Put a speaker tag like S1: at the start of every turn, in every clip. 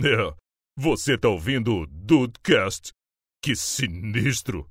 S1: É, você tá ouvindo o Dudecast? Que sinistro!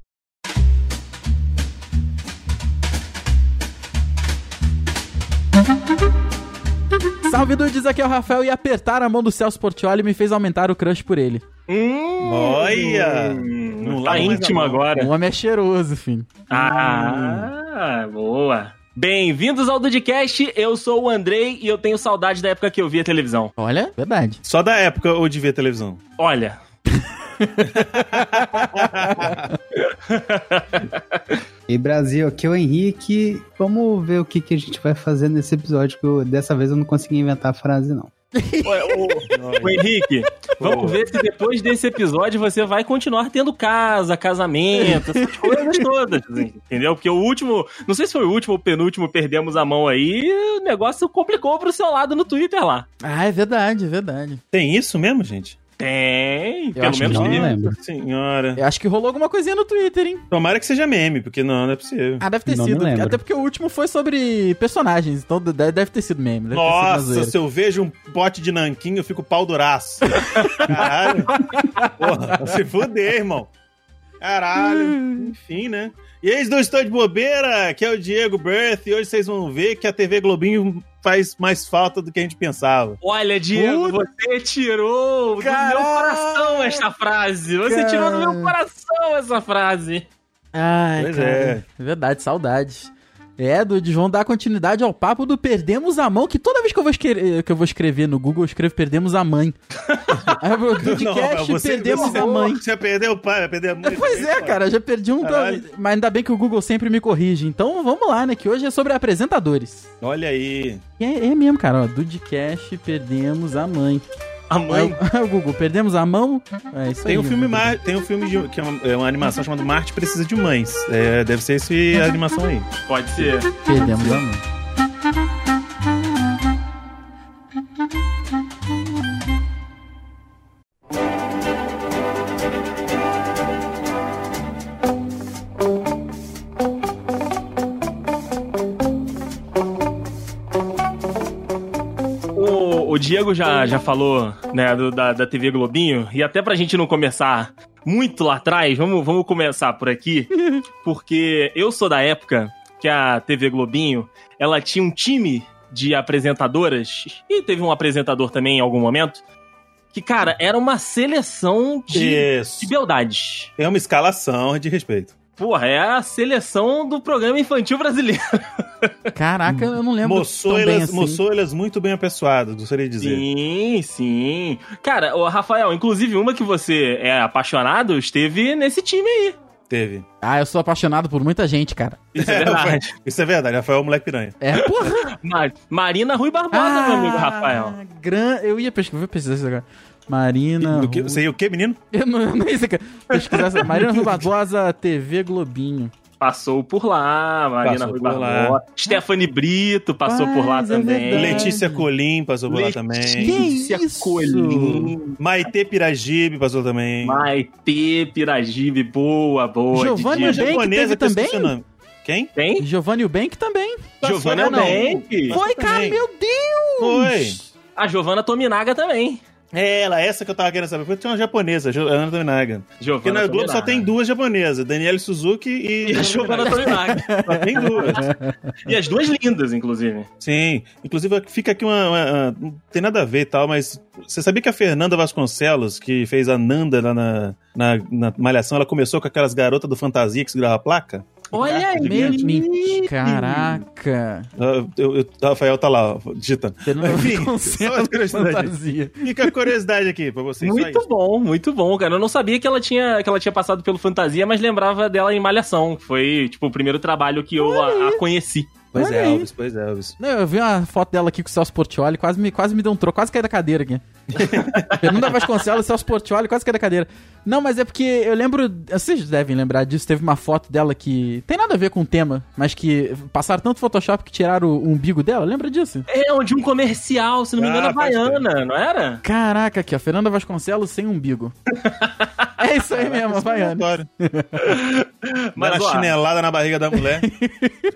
S2: Salve dudes, aqui é o Rafael e apertar a mão do Celso Portioli me fez aumentar o crush por ele.
S3: Olha!
S4: Não
S3: Hum. Tá
S4: tá mais
S3: íntimo
S4: a mão.
S3: agora.
S2: O homem é cheiroso, filho.
S4: Ah, boa. Bem-vindos ao Dudcast, eu sou o Andrei e eu tenho saudade da época que eu via televisão.
S2: Olha, verdade.
S3: Só da época ou de ver televisão?
S4: Olha,
S5: E Brasil, aqui é o Henrique. Vamos ver o que, que a gente vai fazer nesse episódio, que eu- dessa vez eu não consegui inventar a frase, não.
S4: o Henrique, vamos ver se depois desse episódio você vai continuar tendo casa, casamento, essas coisas todas, entendeu? Porque o último, não sei se foi o último ou penúltimo, perdemos a mão aí, o negócio complicou pro seu lado no Twitter lá.
S2: Ah, é verdade, é verdade.
S3: Tem isso mesmo, gente?
S4: Tem, pelo
S2: acho que
S4: menos
S5: não,
S4: teve.
S5: né?
S3: Nossa Senhora.
S2: Eu acho que rolou alguma coisinha no Twitter, hein?
S3: Tomara que seja meme, porque não, não é possível.
S2: Ah, deve ter
S5: Não me
S2: sido.
S5: lembro.
S2: Até porque o último foi sobre personagens, então de- deve ter sido meme. Deve ter sido na
S3: Nossa,
S2: zoeira.
S3: se eu vejo um pote de nanquim, eu fico pau duraço. Caralho. Porra, se fuder, irmão. Caralho. Enfim, né? E eles não estão de bobeira, aqui é o Diego Berth, e hoje vocês vão ver que a TV Globinho faz mais falta do que a gente pensava.
S4: Olha, Diego, você tirou
S2: Caralho!
S4: do meu coração esta frase. Você
S2: Caralho.
S4: tirou do meu coração essa frase.
S2: Ai,
S3: Pois
S2: cara.
S3: é.
S2: Verdade, saudade. É, Dudes, vão dar continuidade ao papo do Perdemos a Mão, que toda vez que eu vou, escre- que eu vou escrever no Google, eu escrevo Perdemos a Mãe. Aí eu vou,
S3: mas
S2: Dudecast, Perdemos
S3: você-
S2: a Mãe.
S3: Você perdeu o pai, vai perder a mãe.
S2: Pois
S3: também,
S2: é,
S3: pô.
S2: cara, já perdi um.
S3: Caralho.
S2: então- Mas ainda bem que o Google sempre me corrige. Então vamos lá, né? Que hoje é sobre apresentadores.
S3: Olha aí.
S2: E é, é mesmo, cara. Ó, Dudcast, perdemos a mãe.
S4: A mãe.
S2: Aí o- o Google, perdemos a mão? É isso
S3: Tem
S2: aí.
S3: um filme,
S2: Google.
S3: Mar- tem um filme de- que é uma, é uma animação chamada Marte Precisa de Mães. É, deve ser esse, a animação aí.
S4: Pode ser.
S2: Perdemos a mãe.
S4: O, o Diego já, já falou, né, do- da, da TV Globinho. E até pra gente não começar muito lá atrás, vamos, vamos começar por aqui. Porque eu sou da época que a TV Globinho, ela tinha um time de apresentadoras. E teve um apresentador também em algum momento. Que, cara, era uma seleção de
S3: Isso.
S4: de beldades.
S3: É uma escalação de respeito.
S4: Porra, é a seleção do programa infantil brasileiro.
S2: Caraca, eu não lembro. tão bem
S3: Moçoelas,
S2: assim.
S3: moçoelas muito bem apessoadas, gostaria de dizer.
S4: Sim, sim. Cara, ô, Rafael, inclusive uma que você é apaixonado esteve nesse time aí.
S3: Teve.
S2: Ah, eu sou apaixonado por muita gente, cara.
S4: Isso é verdade.
S3: Isso é verdade, Rafael é o moleque piranha.
S2: É, porra. Ah,
S4: Ma- Marina Rui Barbosa, meu amigo Rafael.
S2: Gran... Eu ia pesquisar, vou pesquisar isso agora. Marina.
S3: Do que,
S2: Ru-
S3: você ia o quê, menino?
S2: Eu não, eu não ia cara. pesquisar. essa- Marina Rui Barbosa, TV Globinho.
S4: Passou por lá, Marina
S3: Passou
S4: Rui
S3: por lá.
S4: Barbosa. Stephanie Brito passou por lá
S2: Mas é
S4: também.
S2: verdade.
S3: Letícia Colim passou por lá também.
S4: Letícia
S2: Que isso?
S4: Colim.
S3: Maitê Piragibe passou também.
S4: Maitê Piragibe, boa, boa.
S2: Giovanna
S4: Didi.
S2: Bem-
S3: é japonesa,
S2: que teve
S3: eu esqueci o nome. Quem?
S4: Tem?
S2: Giovanni Bank também.
S4: Giovanna
S3: Passou
S4: Bem.
S3: também.
S2: Foi, cara,
S3: também.
S2: meu Deus!
S3: Foi.
S4: A Giovanna Tominaga também.
S3: É, ela, essa que eu tava querendo saber. Porque tinha uma japonesa, Jo- Ana Dominaga. Porque
S4: Giovanna
S3: na Globo só
S4: Tominaga.
S3: tem duas japonesas, Daniele Suzuki e.
S4: E a Giovanna Tominaga.
S3: Só tem duas.
S4: E as duas lindas, inclusive.
S3: Sim. Inclusive, fica aqui uma, uma- uma- Não tem nada a ver e tal, mas. Você sabia que a Fernanda Vasconcelos, que fez a Nanda lá na, na, na Malhação, ela começou com aquelas garotas do Fantasia que segurava a placa?
S4: Olha aí,
S2: Meu, me- caraca.
S3: Ah, Eu, eu- Rafael tá lá, ó, digitando.
S2: Você não
S3: Enfim,
S2: me
S3: só uma
S2: concentra na
S3: curiosidade.
S2: fantasia.
S3: Fica a curiosidade aqui pra vocês. só
S4: Muito
S3: isso.
S4: bom, muito bom, cara. Eu não sabia que ela, tinha, que ela tinha passado pelo Fantasia, mas lembrava dela em Malhação. que Foi, tipo, o primeiro trabalho que eu a, a conheci.
S3: Pois
S2: Olha
S3: é,
S2: aí.
S3: Elvis, pois é, Elvis.
S2: Não, eu vi uma foto dela aqui com o Celso Portioli, quase me, quase me deu um troco, quase caí da cadeira aqui. Fernanda Vasconcelos, Celso Portioli, quase caí da cadeira. Não, mas é porque eu lembro, vocês devem lembrar disso, teve uma foto dela que tem nada a ver com o tema, mas que passaram tanto Photoshop que tiraram o umbigo dela, lembra disso?
S4: É, onde um comercial, se não me
S3: Ah,
S4: engano,
S3: pode
S4: Havaiana, não era?
S2: Caraca, aqui ó, Fernanda Vasconcelos sem umbigo. É isso aí mesmo, Havaiana.
S3: Adoro. Mas,
S4: Mas, ó,
S3: chinelada na barriga da mulher.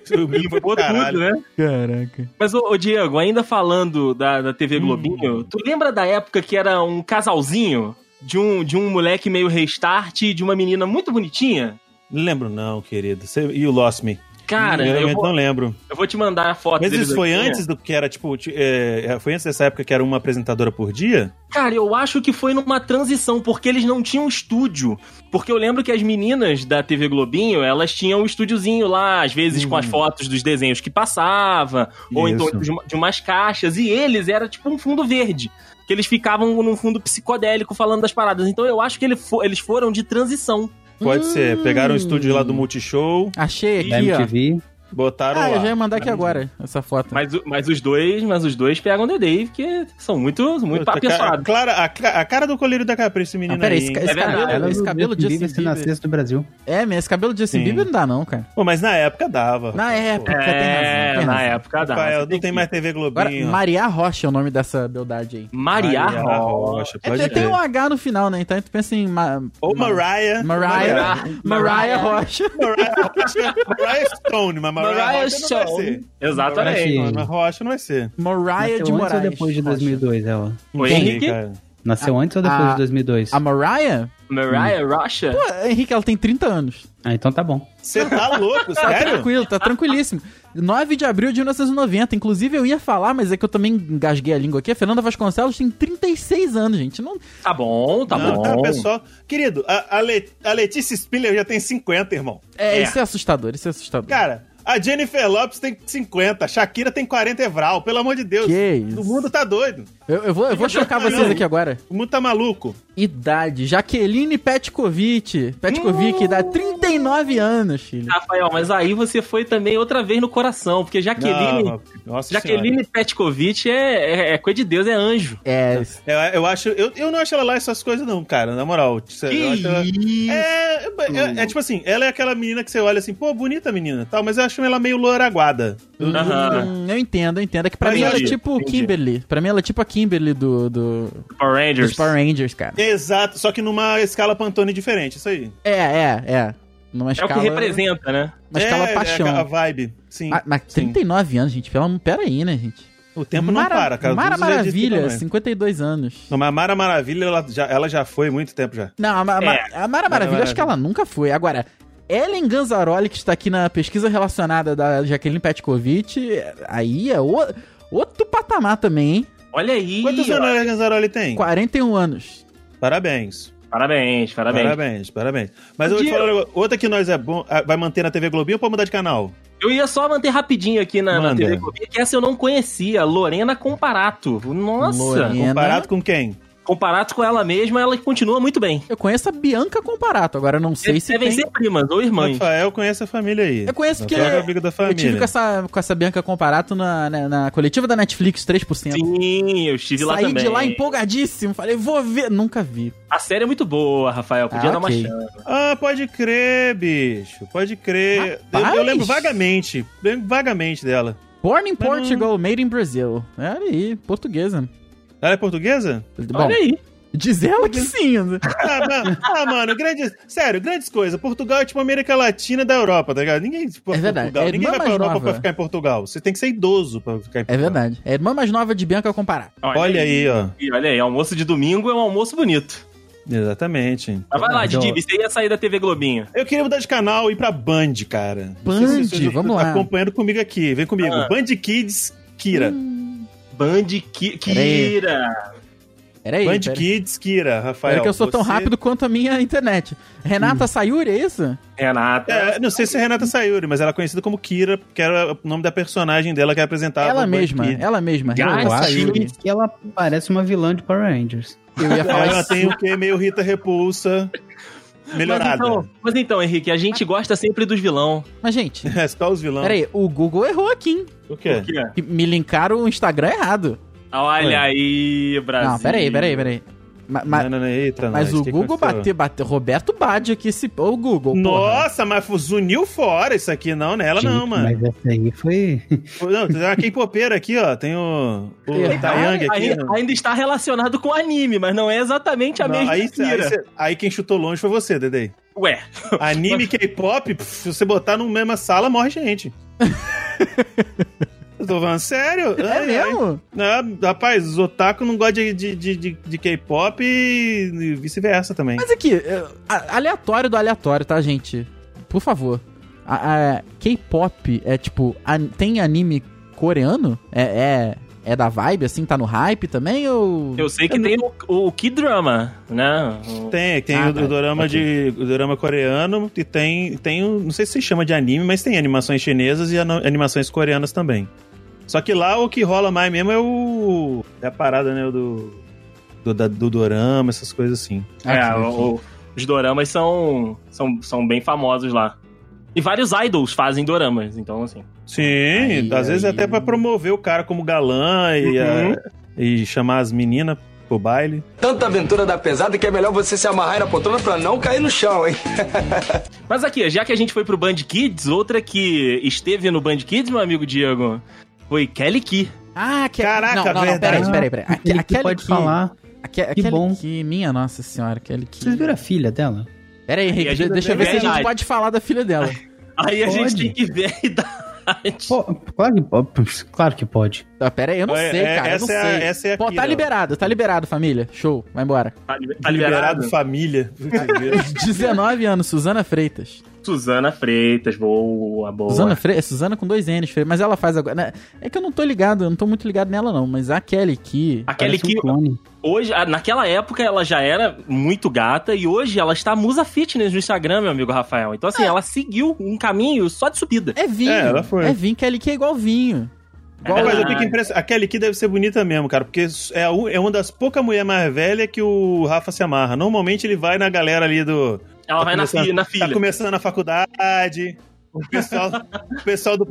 S3: Subiu pra
S4: limpou tudo,
S3: caralho.
S4: né?
S2: Caraca.
S4: Mas, ô, ô, Diego, ainda falando da, da
S3: Hum.
S4: TV Globinho, tu lembra da época que era um casalzinho de um, de um moleque meio restart e de uma menina muito bonitinha?
S3: Lembro não, querido. Você- E o Lost Me?
S4: Cara,
S3: eu,
S4: eu,
S3: realmente
S4: vou,
S3: não lembro.
S4: eu vou te mandar a foto
S3: Mas
S4: deles
S3: isso foi
S4: aqui. né?
S3: antes do que era, tipo, ti- é, foi antes dessa época que era uma apresentadora por dia?
S4: Cara, eu acho que foi numa transição, porque eles não tinham estúdio. Porque eu lembro que as meninas da TV Globinho, elas tinham um estúdiozinho lá, às vezes com as fotos dos desenhos que passava, ou
S3: Uhum. Isso.
S4: então de, uma- de umas caixas, e eles era tipo um fundo verde. Que eles ficavam num fundo psicodélico falando das paradas. Então eu acho que ele fo- eles foram de transição.
S3: Pode
S2: Hum.
S3: ser. Pegaram o estúdio lá do Multishow,
S2: Achei
S5: Da
S2: aqui, ó.
S5: MTV.
S3: botaram
S2: Hum. Ah,
S3: lá.
S2: eu já ia mandar aqui
S3: Mas-
S2: agora essa foto. Ah,
S4: Mas, o- mas os dois, mas os dois pegam Dedei, porque são muito, muito
S2: Tá
S3: Puta, cara,
S4: papeçoados.
S3: Clara, a, ca- a cara do colírio da Capri, esse
S2: Não,
S3: menino
S2: Ah, peraí,
S3: aí.
S2: esse,
S3: hein?
S2: ca- esse
S4: É verdade.
S2: cabelo,
S5: Ela
S2: esse cabelo de
S5: de
S2: Justin
S5: se
S2: Bieber.
S5: nascesse no Brasil.
S2: É, mas esse cabelo de Justin
S3: Sim.
S2: Bieber não dá, não, cara.
S3: Pô, mas na época dava.
S2: Na época, tem razão.
S4: É,
S2: Tem
S4: na
S2: razão.
S4: época da.
S3: Rafael, não tem mais TV
S2: Agora,
S3: Globinho.
S2: Maria Rocha é o nome dessa beldade aí.
S4: Maria,
S3: Maria
S4: Rocha.
S3: Rocha,
S2: É,
S3: pode
S2: tem- tem
S3: crer.
S2: um H no final, né? Então tu pensa em Ma-
S3: Ou Mariah.
S2: Mariah,
S4: Mariah.
S2: Mariah Rocha.
S3: Mariah Rocha. Mariah é Stone, mas Mariah,
S4: Mariah é
S3: Rocha não vai
S4: Stone.
S3: ser.
S4: Exatamente.
S5: Sim.
S3: Mariah Rocha não vai ser.
S2: Mariah Ah, é de
S5: Nasceu antes ou
S2: Moraes.
S5: depois de
S2: Rocha.
S5: 2002, ela?
S4: Oi,
S3: Não sei,
S4: Henrique?
S3: cara.
S5: É, Nasceu antes ou depois
S2: a-
S5: de 2002?
S2: Ah, A Mariah?
S4: Mariah Rocha?
S2: Pô, Henrique, ela tem 30 anos.
S5: Ah, então tá bom.
S3: Você tá louco,
S2: Tá
S3: sério?
S2: tranquilo, tá tranquilíssimo. 9 de abril de 1990. Inclusive, eu ia falar, mas é que eu também engasguei a língua aqui. A Fernanda Vasconcelos tem 36 anos, gente. Não...
S4: Tá bom, tá
S3: não,
S4: bom.
S3: tá, pessoal. Querido, a, a Le- a Letícia Spiller já tem 50, irmão.
S2: É,
S4: É.
S2: isso é assustador, isso é assustador.
S3: Cara, a Jennifer Lopes tem 50, a Shakira tem 40 Evral, pelo amor de Deus.
S2: Que isso.
S3: O mundo tá doido.
S2: Eu, eu vou, eu vou chocar vocês aqui agora.
S3: O mundo tá maluco.
S2: Idade. Jaqueline Petkovic. Petkovic dá 39 anos, filho.
S4: Rafael, mas aí você foi também outra vez no coração, porque Jaqueline,
S3: Não, nossa
S4: Jaqueline Petkovic é, é, é coisa de Deus, é anjo.
S2: É,
S4: tá.
S3: senhora. Eu, eu acho. Eu, eu não acho ela lá essas coisas, não, cara. Na moral. Isso, eu acho ela- É, é, é tipo assim, ela é aquela menina que você olha assim, pô, bonita menina, tal, mas eu acho ela meio louraguada. Eu-
S4: Aham.
S2: Hum, eu entendo, eu entendo. É que pra
S3: Mas
S2: mim ela é
S3: entendi,
S2: tipo
S4: entendi.
S2: Kimberly. Pra mim ela é tipo a Kimberly do, do-
S4: Power Rangers.
S2: dos Power Rangers, cara.
S3: Exato, só que numa escala Pantone diferente, isso aí.
S2: É, é, é. Numa
S4: É o
S2: escala,
S4: que representa, né?
S2: Uma escala
S3: é,
S2: paixão.
S3: É a vibe, sim.
S2: Ma- Ah, mas 39 anos, gente. Pelo amor, pera aí, né, gente?
S3: o tempo não para, cara.
S2: Mara
S3: todos os dias diz que
S2: Maravilha, assim.
S3: não é.
S2: 52 anos.
S3: Não, mas a Mara Maravilha, ela já, ela já foi há muito tempo já.
S2: Não, a, Ma-
S4: É.
S2: Ma- a Mara Maravilha, eu acho que ela nunca foi. Agora, Ellen Ganzaroli, que está aqui na pesquisa relacionada da Jaqueline Petkovic, aí é o- outro patamar também, hein?
S4: Olha aí.
S3: Quantos
S4: ó.
S3: anos a Ganzaroli tem?
S2: 41 anos.
S3: Parabéns.
S4: Parabéns, parabéns.
S3: Parabéns, parabéns. Mas eu vou te
S4: Diego.
S3: falar, um negócio. outra que nós é bom, ah, vai manter na TV Globinho ou pode mudar de canal?
S4: Eu ia só manter rapidinho aqui na, na
S3: Manda.
S4: TV Globinho, que essa eu não conhecia, Lorena Comparato. Nossa,
S2: Lorena. Pena.
S3: Comparado com quem?
S4: Comparato com ela mesma, ela continua muito bem.
S2: Eu conheço a Bianca Comparato, agora eu não sei
S4: Eles
S2: se tem...
S4: devem ser primas ou irmãs.
S3: Rafael conhece a família aí.
S2: Eu conheço porque
S3: Rafael é amigo da
S2: eu
S3: família.
S2: tive com essa, com essa Bianca Comparato na, na, na coletiva da Netflix, 3%.
S4: Sim, eu estive lá
S2: Saí
S4: também.
S2: de lá empolgadíssimo, falei, vou ver. Nunca vi.
S4: A série é muito boa, Rafael. Podia
S2: Ah,
S4: dar uma
S2: ok.
S4: chance.
S3: Ah, pode crer, bicho. Pode crer. Eu,
S2: Rapaz!
S3: eu lembro vagamente. Lembro vagamente dela.
S2: Born in
S3: Mas não-
S2: Portugal, made in Brazil. Olha aí, portuguesa.
S3: Ela é portuguesa?
S2: Bom,
S4: Olha aí.
S2: diz ela que sim.
S3: Ah, mano, ah, mano grandes. Sério, grandes coisas. Portugal é tipo a América Latina da Europa, tá ligado? Ninguém. tipo,
S2: É verdade,
S3: Portugal.
S2: é
S3: Ninguém
S2: irmã
S3: vai pra
S2: mais
S3: Europa
S2: nova.
S3: pra ficar em Portugal. Você tem que ser idoso pra ficar em
S2: É
S3: Portugal.
S2: verdade. É a irmã mais nova de Bianca comparar.
S3: Olha aí, ó.
S4: Ih, Olha aí, almoço de domingo é um almoço bonito.
S3: Exatamente.
S4: Mas vai lá,
S5: Então-
S4: Didi, você ia sair da TV Globinho.
S3: Eu queria mudar de canal e ir pra Band, cara. Não sei
S2: Band,
S3: se vocês estão
S2: vamos lá.
S3: Acompanhando comigo aqui. Vem comigo.
S4: Ah.
S3: Band Kids Kira.
S2: Hum.
S4: Band Ki
S2: aí.
S4: Kira.
S2: Era aí.
S3: Band
S2: pera-
S3: Kids Kira, Rafael.
S2: Pera que eu sou tão
S3: você- Hum.
S2: rápido quanto a minha internet. Renata Sayuri, é isso?
S4: Renata.
S3: É, não sei se é Renata Sayuri, mas ela é conhecida como Kira, porque era o nome da personagem dela que é apresentava.
S2: ela
S3: o
S2: mesma,
S3: Buzzfeed.
S2: ela mesma.
S4: Gato
S2: Renata
S4: acho
S2: Sayuri.
S5: que ela parece uma vilã de Power Rangers.
S2: Eu ia falar
S3: Ela
S2: isso.
S3: tem o que meio Rita Repulsa, melhorada.
S4: Mas então, mas então, Henrique, a gente gosta sempre dos vilão.
S2: Mas, gente,
S3: É só os vilões.
S2: pera aí, o Google errou aqui, hein?
S3: O quê?
S4: Por quê?
S2: Que Me linkaram o Instagram errado.
S4: Olha aí, Brasil.
S2: Não, pera aí, pera aí, pera aí. Ma- ma-
S3: não, não, não, eita,
S2: mas
S3: nós,
S2: o
S3: que
S2: Google
S3: aconteceu?
S2: bateu, bateu. Roberto Bade aqui, esse. Ô, Google. porra.
S3: Nossa, mas fu- zuniu fora isso aqui, não, nela
S5: Gente,
S3: não, mano.
S5: Mas essa aí foi.
S3: Não, tem uma K-popeira aqui, ó. Tem o, o
S2: É,
S3: Tayang aqui. né?
S4: ainda,
S3: não.
S4: ainda está relacionado com anime, mas não é exatamente a
S3: Não,
S4: mesma
S3: aí,
S4: pira.
S3: aí cê- aí quem chutou longe foi você, Dedei.
S4: Ué,
S3: Anime K-pop, pf, se você botar numa mesma sala, morre gente. Eu tô falando sério?
S2: É
S3: Ai, ai.
S2: mesmo?
S3: Não, rapaz, os otaku não gostam de, de, de, de- de K-pop e e vice-versa também.
S2: Mas aqui, é, a- aleatório do aleatório, tá, gente? Por favor. A, a- K-pop é tipo. an- tem anime coreano? É, é, é da vibe, assim? Tá no hype também? Ou.
S4: eu sei que tem o, o K-drama, né? O-
S3: Tem, tem
S2: Ah,
S3: o,
S2: tá.
S3: o dorama
S2: Ok.
S3: de o dorama coreano e tem tem o- não sei se chama de anime, mas tem animações chinesas e ano- animações coreanas também. Só que lá o que rola mais mesmo é o é a parada, né, do do, da- do dorama, essas coisas assim.
S4: É,
S2: Ah, sim,
S4: o- o- os doramas são, são, são bem famosos lá. E vários idols fazem doramas, então assim.
S3: Sim,
S2: Aí,
S3: às vezes é
S2: aí.
S3: até pra promover o cara como galã e,
S4: Uhum.
S3: a- e chamar as meninas pro baile.
S6: Tanta aventura da pesada que é melhor você se amarrar aí na poltrona pra não cair no chão, hein?
S4: Mas aqui, já que a gente foi pro Band Kids, outra que esteve no Band Kids, meu amigo Diego, foi Kelly Key.
S2: Ah, que
S3: Caraca,
S2: não, não, não, peraí,
S3: verdade.
S2: peraí, peraí. Aque-
S5: Aquele que
S2: Ah, aquele
S5: pode
S2: que-
S5: falar.
S2: aque- aquele
S5: bom.
S2: que- minha nossa senhora, aquele que.
S5: Vocês viram a filha dela?
S2: Pera aí,
S4: E a
S2: Henrique,
S4: gente
S2: deixa eu
S4: também-
S2: ver se a gente
S4: Verdade.
S2: pode falar da filha dela.
S4: Aí a gente
S5: Pode.
S4: tem que ver a idade.
S5: Pô, claro que pode. Claro que pode.
S2: Ah, pera aí, eu não
S3: É,
S2: sei,
S3: é,
S2: cara, eu não
S3: essa é a-
S2: sei.
S3: essa é a
S2: Pô,
S3: pira.
S2: tá liberado, tá liberado, família. Show, vai embora.
S4: Tá, li- tá
S3: Tá liberado,
S4: liberado?
S3: família. Putz, meu.
S2: 19 anos, Suzana Freitas.
S4: Suzana Freitas, boa, boa.
S2: Suzana Freitas, Suzana com dois N's, Freitas, mas ela faz agora. né? É que eu não tô ligado, eu não tô muito ligado nela, não, mas a Kelly que.
S4: A Kelly
S5: Parece um
S4: Key,
S5: clone.
S4: hoje, ah, naquela época, ela já era muito gata e hoje ela está musa fitness no Instagram, meu amigo Rafael. Então, assim, ela seguiu um caminho só de subida.
S2: É vinho.
S3: É, ela foi.
S2: É vinho, Kelly que é igual vinho. Igual
S3: Mas eu
S4: verdade.
S3: fico impressionado. A Kelly Key deve ser bonita mesmo, cara, porque é, u- é uma das poucas mulheres mais velhas que o Rafa se amarra. Normalmente ele vai na galera ali do.
S4: Ela vai na,
S3: começando-
S4: fi, na
S3: Tá
S4: filha.
S3: começando na faculdade, o pessoal, o pessoal do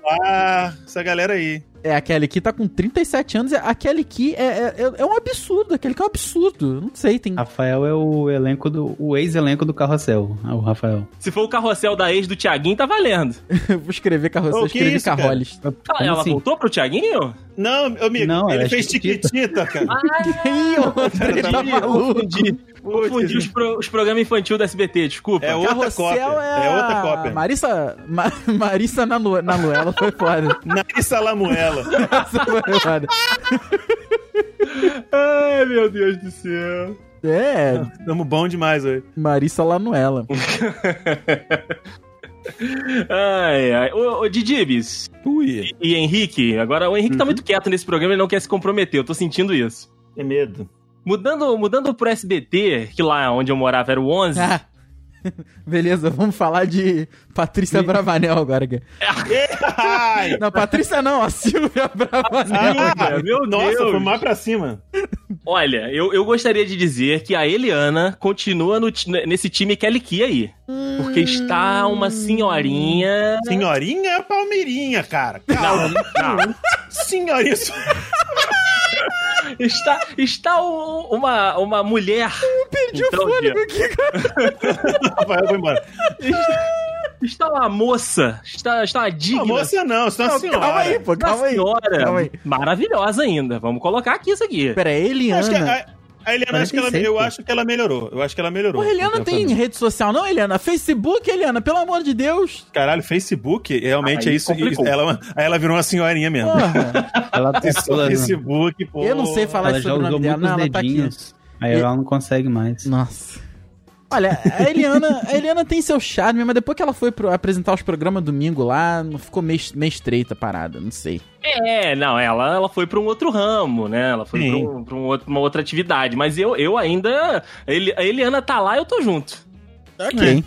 S3: pré-vestibular, essa galera aí.
S2: É, a Kelly Key tá com 37 anos. A Kelly Key é, é, é- é um absurdo. A Kelly Key é um absurdo. Não sei,
S3: Ah.
S2: tem.
S5: Rafael é o elenco do. o ex-elenco do carrossel. ah, O Rafael.
S4: Se for o carrossel da ex do Tiaguinho, tá valendo.
S2: Eu Vou escrever carrossel,
S3: Ô,
S2: eu
S3: Oh, que
S2: escrevi
S3: isso, cara?
S2: Carroles.
S5: Como
S4: ela
S5: assim?
S4: voltou pro Tiaguinho?
S3: Não, meu amigo,
S5: Não, ela
S3: ele
S5: é
S3: fez
S5: Chiquitita.
S3: tiquitita, cara.
S2: Ih, ô, André, tá
S4: Confundi,
S2: maluco.
S4: confundi. Ah, Confundi os, pro- os programas infantil do SBT, desculpa.
S3: É outra
S2: Carrossel
S3: cópia. É
S2: a
S3: outra cópia.
S2: Marissa, Ma, Marissa Nanu- Nanuela foi foda.
S3: Narissa Lamuela.
S2: Essa foi foda.
S4: Ai, meu Deus do céu.
S2: É,
S3: Tamo bom demais, velho.
S2: Marissa Lanuela.
S4: Ai, ai. Ô, ô Didibis
S3: Ui.
S4: e Henrique, agora o Henrique
S5: Uhum.
S4: tá muito quieto nesse programa, ele não quer se comprometer, eu tô sentindo isso.
S3: Tem medo.
S4: Mudando, mudando pro SBT, que lá onde eu morava era o 11,
S2: Ah, beleza, vamos falar de Patrícia Bravanel agora. cara.
S3: Ai!
S2: Não, Patrícia não, a Silvia Bravanel.
S3: Ah,
S4: meu
S3: Nossa,
S4: Deus.
S3: foi mais pra cima.
S4: olha, eu, eu gostaria de dizer que a Eliana continua no ti- nesse time Kelly Key aí.
S5: Hum.
S4: Porque está uma senhorinha...
S3: Senhorinha é Palmeirinha, cara.
S4: Não,
S3: Calma.
S4: não.
S3: Senhorinha.
S4: Está, está um- uma, uma mulher.
S2: perdi o
S4: Então,
S2: fôlego aqui, cara.
S3: Rafael foi embora.
S4: Está uma moça. Está, está uma digna.
S3: Não, moça não, você é uma
S2: Não,
S3: senhora.
S2: calma aí, pô,
S4: uma
S2: calma aí.
S4: senhora
S2: Calma aí.
S4: maravilhosa ainda. Vamos colocar aqui isso aqui.
S2: Pera, aí,
S3: Eu
S2: Eliana.
S3: acho que é, a, a Eliana, acho que ela,
S5: 46,
S3: eu
S5: pô.
S3: acho que ela melhorou. Eu acho que ela assim, melhorou.
S2: Porra, Eliana tem
S3: Completamente.
S2: rede social, não, Eliana? Facebook, Eliana, pelo amor de Deus.
S3: Caralho, Facebook, realmente
S4: Aí
S3: é isso.
S4: complicou.
S3: Ela, é uma- aí ela virou uma senhorinha mesmo.
S2: Porra.
S5: Ela,
S3: É só
S5: ela-
S3: Facebook, pô.
S2: Eu não sei falar
S5: ela
S2: isso
S5: já
S2: sobre o
S5: usou
S2: nome dela, não, ela
S5: muitos
S2: tá aqui.
S5: dedinhos. Aí ela não consegue mais.
S2: Nossa. Olha, a Eliana, a Eliana tem seu charme, mas depois que ela foi pro- apresentar os programas domingo lá, não ficou meio, meio estreita a parada, não sei.
S4: É, não, ela, ela foi para um outro ramo, né? Ela foi
S3: Sim.
S4: para um, pra um outro- uma outra atividade. Mas eu, eu ainda. a Eli- a Eliana tá lá, eu tô junto.
S2: Ok.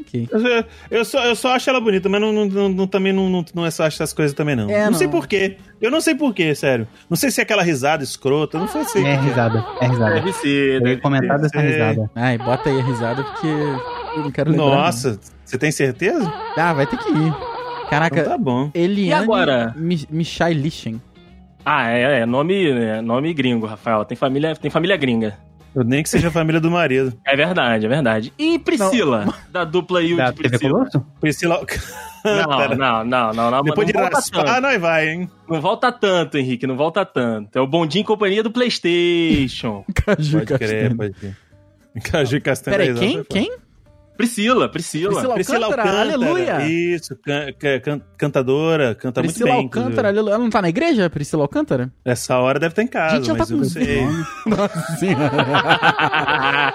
S2: Ok.
S3: Eu, eu só, eu só acho ela bonita, mas não, não- não- não- também não, não, não é só acho essas coisas também, não.
S2: É,
S3: não, sei
S2: não.
S3: porquê. Eu não sei porquê, sério. Não sei se é aquela risada escrota, não
S2: Ah,
S3: sei se.
S5: É risada, é
S3: Tá.
S5: risada.
S4: Deve ser,
S5: Eu ia
S2: é
S4: deve
S5: comentar dessa
S3: ser.
S5: risada.
S2: Ai, bota aí a risada porque eu não quero lembrar.
S3: Nossa, você tem certeza?
S2: não. Ah, vai ter que ir.
S3: Então
S2: Caraca,
S3: tá bom.
S2: Eliane
S4: E agora?
S2: Mi- Michai Lichen.
S4: né, Ah, é, é nome, é nome gringo, Rafael. Tem família, tem família gringa.
S3: Eu nem que seja a família do marido.
S4: É verdade, é verdade. E Priscila, da dupla
S2: É,
S4: Yu
S5: Da
S4: de
S5: TV
S4: Priscila.
S5: Colosso?
S3: Priscila.
S2: Tá
S4: Não, não, não, não, não.
S3: Depois de
S4: não volta
S3: raspar,
S4: tanto.
S3: nós vai, hein?
S4: Não volta tanto, Henrique, não volta tanto. É o bondinho em companhia do PlayStation.
S2: Caju
S3: Pode crer,
S2: Castanho.
S3: pode crer. Caju Castanho.
S2: Peraí,
S3: Brasil,
S2: quem?
S3: foi
S2: Quem?
S4: Priscila, Priscila.
S2: Priscila
S3: Priscila
S2: Alcântara,
S3: Alcântara,
S2: aleluia!
S3: Isso, can- can- can- cantadora, canta
S2: Priscila
S3: muito bem.
S2: Alcântara,
S3: inclusive.
S2: aleluia. Ela não tá na igreja, Priscila Alcântara?
S3: Essa hora deve estar em casa,
S2: Gente, ela
S3: Ah, mas
S2: tá
S3: eu
S2: com
S3: não sei.
S2: Nossa senhora. Cara,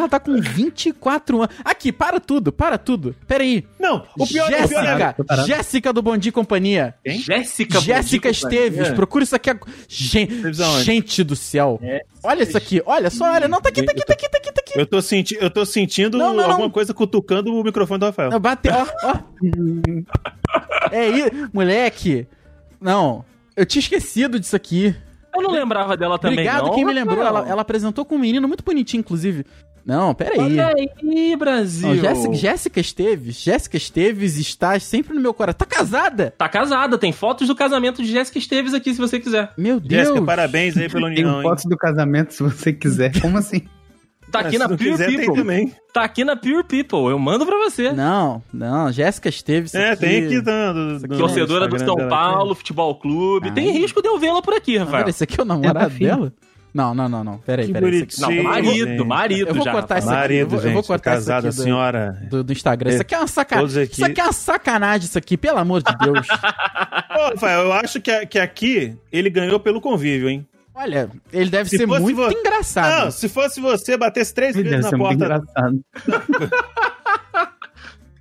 S2: ela tá com 24 anos. Aqui, para tudo, para tudo. Peraí.
S3: Não, o pior, o pior é...
S2: Jéssica,
S5: Tô parado.
S2: Jéssica do Bom Dia e Companhia.
S3: Quem?
S4: Jéssica Bondinho
S2: Jéssica
S4: em
S2: Esteves,
S4: companhia.
S2: procura isso aqui. ag- Gente,
S3: Esteves aonde?
S2: gente do céu.
S4: Jéssica
S2: Olha isso aqui, olha só, olha. Não, tá aqui, tá aqui, tá aqui, tá aqui, tá aqui.
S3: Eu tô, senti... eu tô sentindo
S2: Não, não,
S3: alguma
S2: não.
S3: coisa cutucando o microfone do Rafael.
S2: Não, bateu, ó, ó. É isso, moleque. Não, eu tinha esquecido disso aqui.
S4: Eu não lembrava dela também,
S2: Obrigado
S4: não.
S2: quem me lembrou.
S4: Rafael.
S2: Ela, ela apresentou com um menino muito bonitinho, inclusive. Não, peraí.
S4: Olha aí,
S2: Não,
S4: Brasil.
S2: Jéssica, Jéssica Esteves, Jéssica Esteves está sempre no meu coração. Tá casada?
S4: Tá casada, tem fotos do casamento de Jéssica Esteves aqui, se você quiser.
S2: Meu Deus.
S3: Jéssica, parabéns aí pela
S5: Tem
S3: união, hein? Ah,
S5: foto do casamento se você quiser. Como assim?
S4: Tá aqui
S3: Se
S4: na
S3: não
S4: Pure
S3: quiser, tem
S4: People.
S3: também.
S4: Tá aqui na Pure People, eu mando pra você.
S2: Não, não, Jéssica Esteves.
S3: É,
S2: isso
S3: tem aqui tá, do,
S2: Isso aqui
S3: do,
S2: é assim.
S4: Torcedora do
S3: Instagram
S4: São
S3: dela.
S4: Paulo, Futebol Clube.
S2: Ah.
S4: Tem risco de eu vê-la por aqui,
S2: Não, pera,
S4: Rafael.
S2: esse aqui é o namorado
S5: Tenta, filho.
S2: dela? Não, não, não, não. Pera aí,
S3: tá Que
S2: pera aí. esse aqui-
S4: Não,
S3: Sim,
S4: marido,
S3: gente.
S4: marido
S2: Eu vou
S4: já.
S2: cortar esse-
S4: Rafael.
S2: aqui, eu
S3: Marido,
S2: vou- eu
S3: gente, tá
S2: vou cortar isso
S3: casada,
S2: aqui do-
S3: senhora.
S2: Do, do Instagram. Isso aqui é uma
S3: Todos
S2: sacanagem.
S3: aqui-
S2: Isso aqui é uma sacanagem, isso aqui, pelo amor de Deus.
S3: Ô, Rafael, eu acho que, que aqui ele ganhou pelo convívio, hein?
S2: Olha, ele deve
S3: Se
S2: ser
S3: fosse
S2: muito
S3: vo-
S5: Tá
S2: engraçado.
S3: Não, se fosse você, batesse três
S5: Deve
S3: vezes na
S5: ser é muito
S3: porta.
S5: engraçado.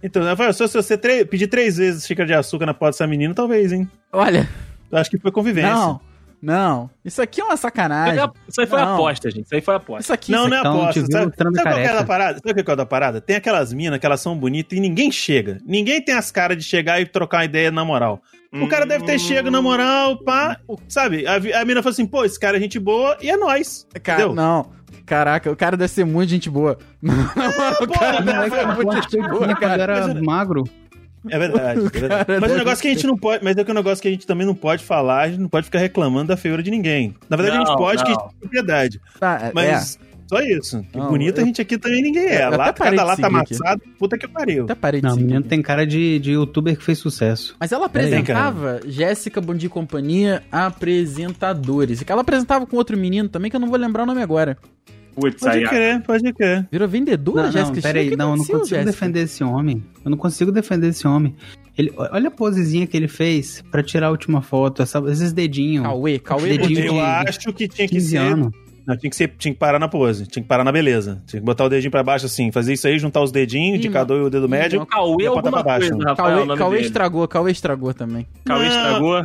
S3: Então, Rafael, só se você tre- pedir três vezes xícara de açúcar na porta dessa menina, talvez, hein?
S2: Olha,
S3: Eu acho que foi convivência.
S2: não, não. Isso aqui é uma
S4: Isso
S2: sacanagem.
S4: aí- Isso aí foi
S2: Não.
S4: aposta, gente. Isso aí foi aposta.
S2: Isso aqui,
S3: Não,
S2: isso
S3: não é
S5: Então, te
S3: aposta.
S5: viu
S3: Sabe,
S5: mostrando
S3: sabe qual que é
S5: careca.
S3: da parada? Sabe o que é da parada? Tem aquelas minas que elas são bonitas e ninguém chega. Ninguém tem as caras de chegar e trocar uma ideia na moral. O cara deve ter chego na moral, pá. Sabe? A, vi- a mina falou assim, pô, esse cara é gente boa e é nóis.
S2: Cara,
S3: Entendeu? É,
S2: não. Caraca, o cara deve ser muito gente boa. o cara
S3: porra,
S2: deve ser
S3: cara,
S2: muito
S5: Eu acho
S2: gente
S5: que eu
S2: boa,
S5: tinha quando
S2: cara.
S5: era magro.
S3: É verdade, é
S2: Cara,
S3: verdade. mas o
S2: deve
S3: negócio que a gente não pode. Mas é que o negócio que a gente também não pode falar, a gente não pode ficar reclamando da feiura de ninguém. Na verdade, a
S4: Não,
S3: gente pode, que a
S4: não.
S3: gente tem piedade.
S2: Tá, é,
S3: Mas só isso. Que
S2: Não,
S3: bonita
S2: eu-
S3: a gente aqui também ninguém é.
S2: eu
S3: Lá,
S2: até parei de
S3: cada lata
S2: seguir aqui.
S3: amassada, puta que pariu.
S2: É,
S4: Tá,
S2: até parei de
S5: Não, o
S2: seguir.
S5: menino tem cara de, de youtuber que fez sucesso.
S2: Mas ela
S5: Peraí,
S2: apresentava Jéssica Bondi e Companhia apresentadores. E que Ela apresentava com outro menino também, que eu não vou lembrar o nome agora.
S4: Putz,
S3: Pode
S4: aí, ó.
S3: crer, pode crer.
S2: Virou vendedora,
S5: Não,
S2: Jéssica
S5: não, peraí,
S2: Esteves? O que
S5: não, eu não
S2: aconteceu,
S5: consigo
S2: Jéssica?
S5: defender esse homem. Eu não consigo defender esse homem. Ele, olha a posezinha que ele fez pra tirar a última foto, essa- esses dedinhos.
S2: Cauê, Cauê
S5: Dedinho
S2: Bondi.
S5: de
S3: Eu acho que tinha que
S5: 15
S3: ser.
S5: anos.
S3: Não, tinha que ser. Tinha que parar na pose, tinha que parar na beleza. Tinha que botar o dedinho pra baixo assim, fazer isso aí, juntar os dedinhos,
S2: Ih,
S3: indicador e o dedo
S2: Hum, é
S3: médio.
S4: um Cauê
S3: Ia
S4: alguma
S3: botar é pra baixo.
S4: coisa, Rafael, é o
S2: Cauê,
S4: nome
S2: Cauê
S4: dele.
S2: estragou, Cauê estragou também.
S4: Cauê
S3: Não.
S4: estragou.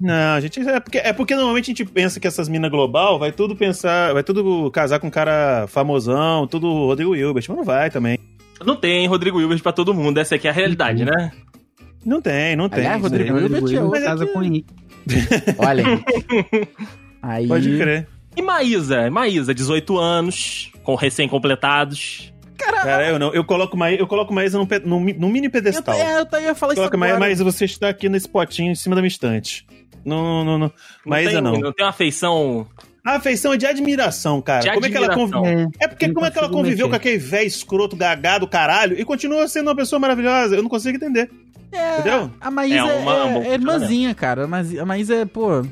S3: Não, gente, é porque, é porque normalmente a gente pensa que essas minas global vai tudo pensar, vai tudo casar com um cara famosão, tudo Rodrigo Hilbert, mas não vai também.
S4: Não tem Rodrigo Wilbert pra todo mundo, essa aqui é a realidade, né?
S3: Não tem, não tem.
S2: Aliás,
S3: isso
S2: Rodrigo
S3: aí.
S2: Hilbert é
S5: Wilber
S2: outro.
S5: casa com o Henrique.
S2: Olha aí. Aí,
S3: Pode crer.
S4: E Maísa? Maísa, 18 anos, com recém-completados.
S3: Cara, eu não. Eu coloco Maísa, eu coloco Maísa num, pe- num mi- num mini
S2: Eu,
S3: pedestal.
S2: é, eu, eu ia falar isso
S3: Coloca Maísa,
S2: agora.
S3: Maísa, você está aqui nesse potinho em cima da minha estante. Não, não, não. Maísa
S4: tem, um-
S3: não.
S4: Não tem uma afeição
S3: A afeição é de admiração, cara.
S4: de
S3: como é que ela
S4: admiração.
S3: convive? É porque
S5: Não
S3: como é que ela
S5: consigo
S3: conviveu
S5: mexer.
S3: com aquele velho escroto gagado caralho e continua sendo uma pessoa maravilhosa? Eu não consigo entender.
S2: É,
S3: Entendeu?
S2: A Maísa é,
S4: É uma- uma
S2: é irmãzinha, cara. Mas a Maísa é, pô.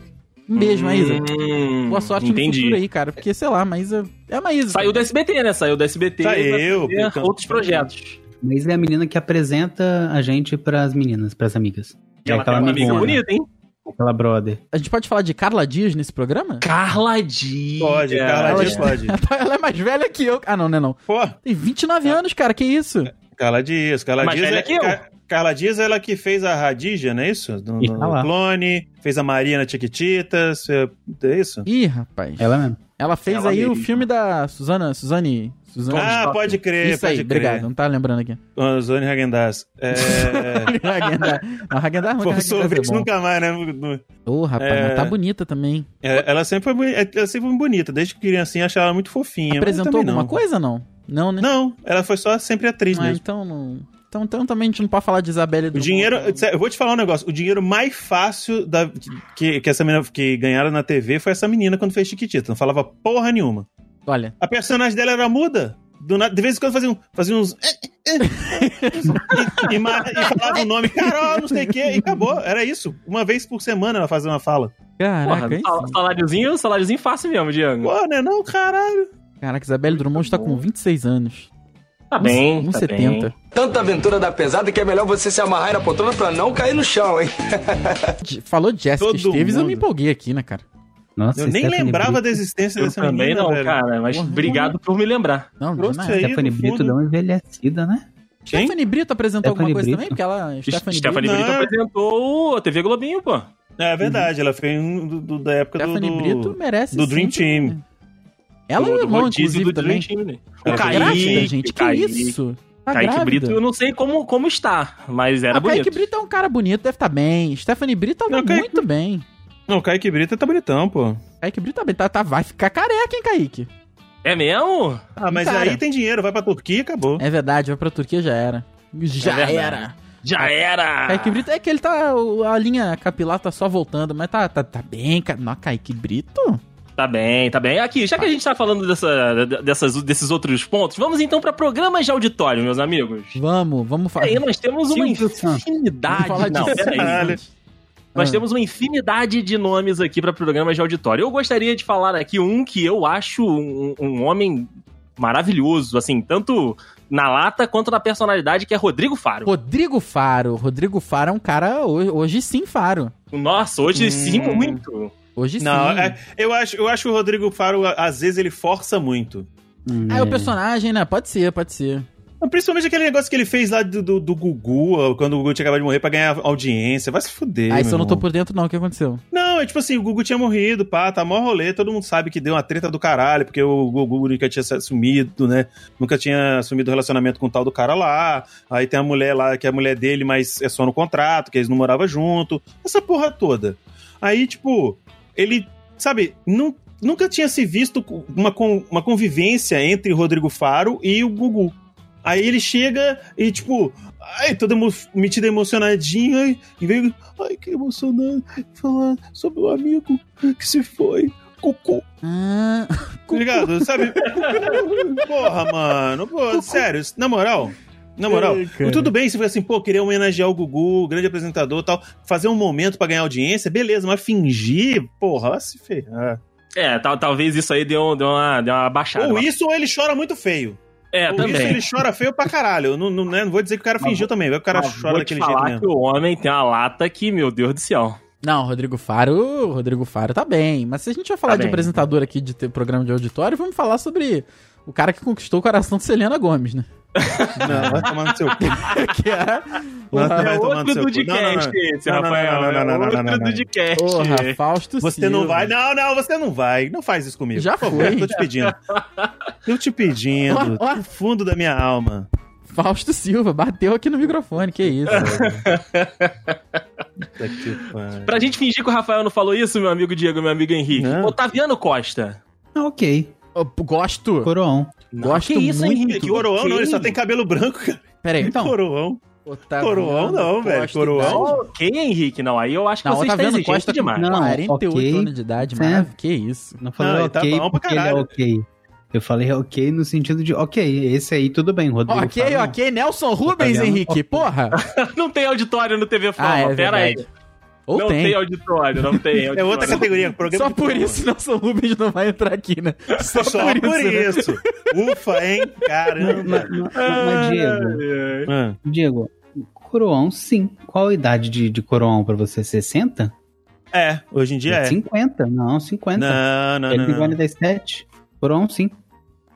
S2: Um beijo, Maísa.
S4: Hum,
S2: Boa sorte no
S4: entendi.
S2: futuro aí, cara. Porque, sei lá, a Maísa. É a Maísa.
S4: Saiu do SBT, né? Saiu do SBT.
S3: Saiu,
S4: vai fazer
S3: então.
S4: Outros projetos.
S5: Mas é a menina que apresenta a gente pras meninas, pras amigas.
S2: É
S5: É
S4: E ela tem uma amiga
S5: amigona,
S4: bonita, hein?
S5: Aquela brother.
S2: A gente pode falar de Carla Dias nesse programa?
S4: Carla Dias.
S3: Pode, Carla Dias pode.
S2: Ela tá- Ela é mais velha que eu. Ah, não, não é não.
S3: Pô,
S2: Tem 29 anos, cara, que isso?
S3: É. Carla Dias. Carla
S4: Mais
S3: Dias
S4: velha
S3: é
S4: que eu.
S3: Ca- Carla Dias é ela que fez a Radija, não é isso? No,
S5: E
S3: no
S5: tá lá.
S3: clone, fez a Maria na Tiquititas, é é isso?
S2: Ih, rapaz. Ela,
S5: Ela mesmo.
S2: fez
S4: Ela
S2: aí o
S4: mesma.
S2: filme da Suzana. Suzane. Suzane
S3: Ah,
S2: Stock.
S3: pode crer,
S2: Isso
S3: pode
S2: aí,
S3: crer.
S2: obrigado. Não tá lembrando aqui.
S3: Ah, Zone Hagendaz. É.
S2: Hagendar. Não, Hagendar é ruim.
S3: Pô,
S2: Häagen-Dazs é
S3: sorvete
S2: bom.
S3: nunca mais, né?
S2: Ô, rapaz,
S3: É.
S2: mas tá bonita também.
S3: É, Ela sempre foi, boni- ela sempre foi bonita, desde que criancinha achava ela muito fofinha. mas
S2: Apresentou
S3: também não.
S2: alguma coisa não? Não, né?
S3: Não, ela foi só sempre atriz
S2: Ah,
S3: mesmo.
S2: então não. Então, então também a gente não pode falar de Isabelle Então,
S3: O
S2: do
S3: dinheiro,
S2: Mundo.
S3: eu vou te falar um negócio. O dinheiro mais fácil da, que, que essa menina que ganharam na TV foi essa menina quando fez Chiquitita. Não falava porra nenhuma.
S2: Olha,
S3: A personagem dela era muda. Do nada- de vez em quando fazia, um, fazia uns. eh, e, e ma- e falava o nome, Carol, não sei o quê, e acabou. Era isso. Uma vez por semana ela fazia uma fala.
S2: caraca, é
S4: Porra,
S2: aí
S4: sal-
S2: sim.
S4: saláriozinho, saláriozinho fácil mesmo, Diego.
S3: Pô, né? Não, caralho.
S2: Caraca, Isabelle Drummond tá com 26 anos.
S4: Tá bem, tá bem.
S2: 1,70.
S6: Tanta aventura da pesada que é melhor você se amarrar aí na poltrona pra não cair no chão, hein?
S2: J- Falou Jessica
S3: Todo
S2: Esteves, eu me
S3: mundo.
S2: empolguei aqui, né, cara?
S5: Nossa,
S3: Eu nem
S5: Stephanie
S3: lembrava
S5: Brito,
S3: da existência
S4: Eu
S3: dessa
S4: também
S3: menina,
S4: não,
S3: velho.
S4: cara, mas
S2: né, Porra,
S4: obrigado por me lembrar.
S2: Não, é de
S3: Trouxe
S2: nada.
S3: aí.
S5: Stephanie
S3: no
S5: Brito
S3: fundo.
S5: dá uma envelhecida, né?
S3: Quem?
S2: Stephanie Brito apresentou alguma
S5: Stephanie
S2: coisa
S5: Brito.
S2: também? Porque ela. Stephanie,
S4: Stephanie
S2: Brito.
S4: Brito
S3: Não.
S4: apresentou a TV Globinho, pô.
S3: É verdade, ela foi um do- do- da época do-
S2: Stephanie
S3: do.
S2: Brito merece.
S3: do Dream
S2: sempre,
S3: Team.
S2: né? Ela é o
S4: Do- do
S2: irmão,
S4: rodízio
S2: inclusive,
S4: do
S2: também.
S4: Dream Team, né?
S3: Ela
S4: O
S3: tá
S2: Grávida,
S4: Kaique,
S2: gente, que
S4: Kaique-
S2: isso? Tá
S4: Kaique
S2: grávida.
S4: Brito, eu não sei como, como está, mas era
S2: Ah,
S4: bonito.
S2: Kaique Brito é um cara bonito, deve estar bem. Stephanie Brito tava
S3: Não, Kaique-
S2: muito bem.
S3: Não, o Kaique Brito tá bonitão, pô.
S2: Kaique Brito tá bem. Tá, tá- vai ficar careca, hein, Kaique?
S4: É mesmo?
S3: Ah, mas
S2: Cara.
S3: aí tem dinheiro, vai pra Turquia e acabou.
S2: É verdade, vai pra Turquia já era.
S4: É
S2: Já
S4: verdade. Ah.
S2: era.
S4: Já era!
S2: Ah, Kaique Brito é que ele tá. o- A linha capilar tá só voltando, mas tá, tá, tá bem, cara. Não, Kaique Brito?
S4: Tá bem, tá bem. Aqui, já que a gente tá falando dessa, dessas, desses outros pontos, vamos então pra programas de auditório, meus amigos.
S2: Vamos, vamos
S4: E
S2: falar.
S4: aí nós temos uma
S5: Silvio Santos.
S2: Vamos
S4: infinidade.
S2: falar
S4: Não,
S2: disso.
S4: peraí.
S3: Caralho.
S4: Nós
S2: Ah.
S4: temos uma infinidade de nomes aqui pra programas de auditório. Eu gostaria de falar aqui um que eu acho um, um homem maravilhoso, assim, tanto na lata quanto na personalidade, que é Rodrigo Faro.
S2: Rodrigo Faro. Rodrigo Faro é um cara. ho- Hoje, sim, Faro.
S4: Nossa, hoje
S3: Hum.
S4: sim, muito.
S2: Hoje sim.
S3: Não, é- eu, acho, eu acho que o Rodrigo Faro, a- às vezes, ele força muito.
S5: Hum,
S2: Ah, é o personagem, né? Pode ser, pode ser.
S3: Principalmente aquele negócio que ele fez lá do, do, do Gugu, ó, quando o Gugu tinha acabado de morrer pra ganhar audiência. Vai se fuder.
S2: Ah,
S3: meu
S2: isso eu não tô
S3: irmão.
S2: por dentro, não. O que aconteceu?
S3: Não, é tipo assim, o Gugu tinha morrido, pá, tá mó rolê, todo mundo sabe que deu uma treta do caralho, porque o Gugu nunca tinha se assumido, né? Nunca tinha assumido o relacionamento com o tal do cara lá. Aí tem a mulher lá que é a mulher dele, mas é só no contrato, que eles não moravam junto. Essa porra toda. Aí, tipo, ele, sabe, nu- nunca tinha se visto com- uma, con- uma convivência entre o Rodrigo Faro e o Gugu. Aí ele chega e, tipo, ai, todo emo- metido emocionadinho, ai, e veio, ai, que emocionante falar sobre o amigo que se foi. Cucu.
S2: Ah,
S3: Tá ligado? Sabe? Porra, mano. Pô, sério, na moral. Na moral,
S2: Ei, cara.
S3: tudo bem se foi assim, pô, queria homenagear o Gugu, grande apresentador e tal, fazer um momento pra ganhar audiência, beleza, mas fingir, porra, vai se ferrar.
S4: É, tal- talvez isso aí deu, deu, uma, deu uma baixada.
S3: ou
S4: Uma-
S3: isso, ou ele chora muito feio.
S4: É,
S3: ou isso,
S4: também.
S3: ele chora feio pra caralho. Eu não, não, né, não vou dizer que o cara fingiu também, vai que o cara
S4: Mas
S3: chora
S4: Ah, vou te
S3: daquele jeito
S4: falar
S3: mesmo.
S4: que o homem tem uma lata que, meu Deus do céu.
S2: Não, Rodrigo Faro, Rodrigo Faro tá bem. Mas se a gente vai falar
S4: Tá
S2: de
S4: bem.
S2: apresentador aqui de ter programa de auditório, vamos falar sobre o cara que conquistou o coração de Selena Gomes, né?
S3: Não, vai tomar no seu cu.
S2: Que era. Porra,
S3: Nossa, vai
S4: É
S3: tomar no
S4: outro
S3: seu cu. Não,
S4: Dudcast
S3: não, não.
S4: esse,
S3: Não, não,
S4: Rafael.
S3: não, não, não,
S4: É
S3: não, não, não,
S4: Outro
S3: não.
S4: Dudcast.
S2: porra, Fausto
S3: Você não
S2: Silva.
S3: vai. Não, não, você não vai. Não faz isso comigo.
S2: Já
S3: Por favor,
S2: foi.
S3: Eu tô te pedindo. Eu te pedindo.
S2: Ó, ó.
S3: do fundo da minha alma.
S2: Fausto Silva bateu aqui no microfone, que isso.
S3: Puta que pariu.
S4: Pra gente fingir que o Rafael não falou isso, meu amigo Diego, meu amigo Henrique.
S3: Não.
S4: Otaviano Costa.
S5: Ah, ok.
S2: Eu gosto.
S5: Coroão.
S2: Gosto
S4: que isso,
S2: muito.
S4: Henrique?
S3: Coroão não, ele só
S4: Ok.
S3: tem cabelo branco, cara.
S2: Pera aí.
S5: Então,
S3: Coroão. Coroão não, velho, coroão.
S4: Ok, Henrique, não. Aí eu acho que
S2: Não,
S4: você
S2: tá
S4: está
S2: vendo
S4: exigindo
S2: Costa com
S4: demais.
S5: Não,
S2: 48
S5: ok.
S2: anos de idade,
S5: Certo.
S2: mano. Que isso.
S5: Não falei
S3: Não, ele tá
S5: ok
S3: bom pra
S5: porque ele é
S3: caralho.
S5: ok. Eu falei ok no sentido de ok, esse aí tudo bem, Rodrigo.
S2: Ok,
S5: Faro, não.
S2: ok, um Nelson Rubens,
S5: Italiano,
S2: Henrique,
S5: ok.
S2: porra.
S4: Não, tem auditório no TV Fama,
S2: Ah, é
S4: pera aí.
S2: verdade. Ou
S4: não tem.
S2: tem.
S4: auditório, não tem.
S3: É outra
S4: auditório.
S3: categoria. Programa
S2: Só
S3: de
S2: por
S3: programa.
S2: isso Nelson Rubens não vai entrar aqui, né? Só, né?
S3: Só por isso. Ufa, hein?
S5: Mas,
S3: Caramba.
S5: mas- mas- mas, Diego,
S4: Ai, ai.
S3: Ah,
S5: Diego, coroão sim. Qual a idade de, de coroão pra você? 60?
S3: É, hoje em dia
S2: assim
S3: é.
S5: 50? Não, 50.
S3: Não,
S2: É
S3: não,
S5: ele tem
S3: não. não.
S5: 47. Coroão sim.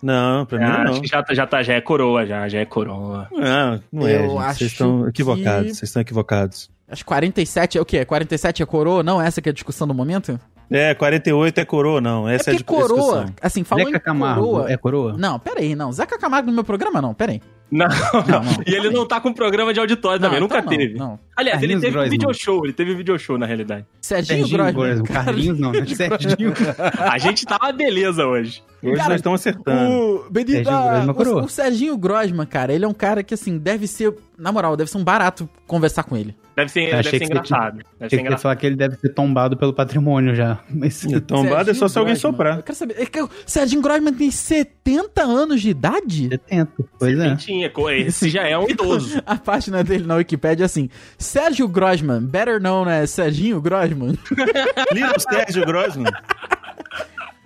S3: Não,
S5: né?
S3: pra
S4: Ah,
S3: mim
S4: acho
S3: não.
S4: que já, tá- já, tá, já é coroa, já, já é coroa.
S3: Não, não é.
S2: Eu
S3: gente.
S2: acho
S3: Vocês estão
S2: que-
S3: equivocados. Vocês estão equivocados.
S2: As 47 é o quê? 47 é coroa? Não, essa que é a discussão do momento?
S3: É, 48 é coroa, não. Essa
S2: é
S3: é,
S2: porque
S3: de
S2: coroa,
S3: discussão.
S2: assim, falando
S5: Zeca
S2: em
S5: Camargo
S2: coroa...
S5: é coroa?
S2: Não, pera aí, não. Zeca Camargo no meu programa, não, pera aí.
S4: Não.
S2: Não, não.
S4: E ele não tá com programa de auditório também,
S2: Não,
S4: nunca
S2: então não,
S4: teve.
S2: Não.
S4: Aliás, ele
S5: Carlinhos
S4: teve um
S5: Grossman.
S4: video show, ele teve video show na realidade.
S2: Serginho,
S5: Serginho
S2: Grosman.
S5: Grosman. Carlinhos não, né? Serginho.
S4: A gente tá uma beleza hoje.
S3: Hoje
S2: Cara,
S3: nós estamos acertando.
S2: O, Benito,
S5: Serginho Grosman,
S2: ah, o,
S5: coroa.
S2: é o Serginho Grosman, cara, ele é um cara que, assim, deve ser. Na moral, deve ser um barato conversar com ele.
S4: Deve ser,
S5: Eu
S4: deve
S5: achei
S4: ser
S5: que você
S4: engraçado. Deve ser
S5: Tinha que ter
S4: engraçado.
S5: falado que ele deve ser tombado pelo patrimônio já. Mas
S3: Tombado é só se alguém
S2: Serginho Groisman.
S3: soprar.
S2: Eu quero saber. é que o Serginho Groisman tem 70 anos de idade?
S5: 70, pois é.
S4: Tinha, co- Esse já é um idoso.
S2: A página dele na Wikipedia é assim: Sérgio Grossman, better known as Serginho Grossman,
S3: Little Sérgio Grossman.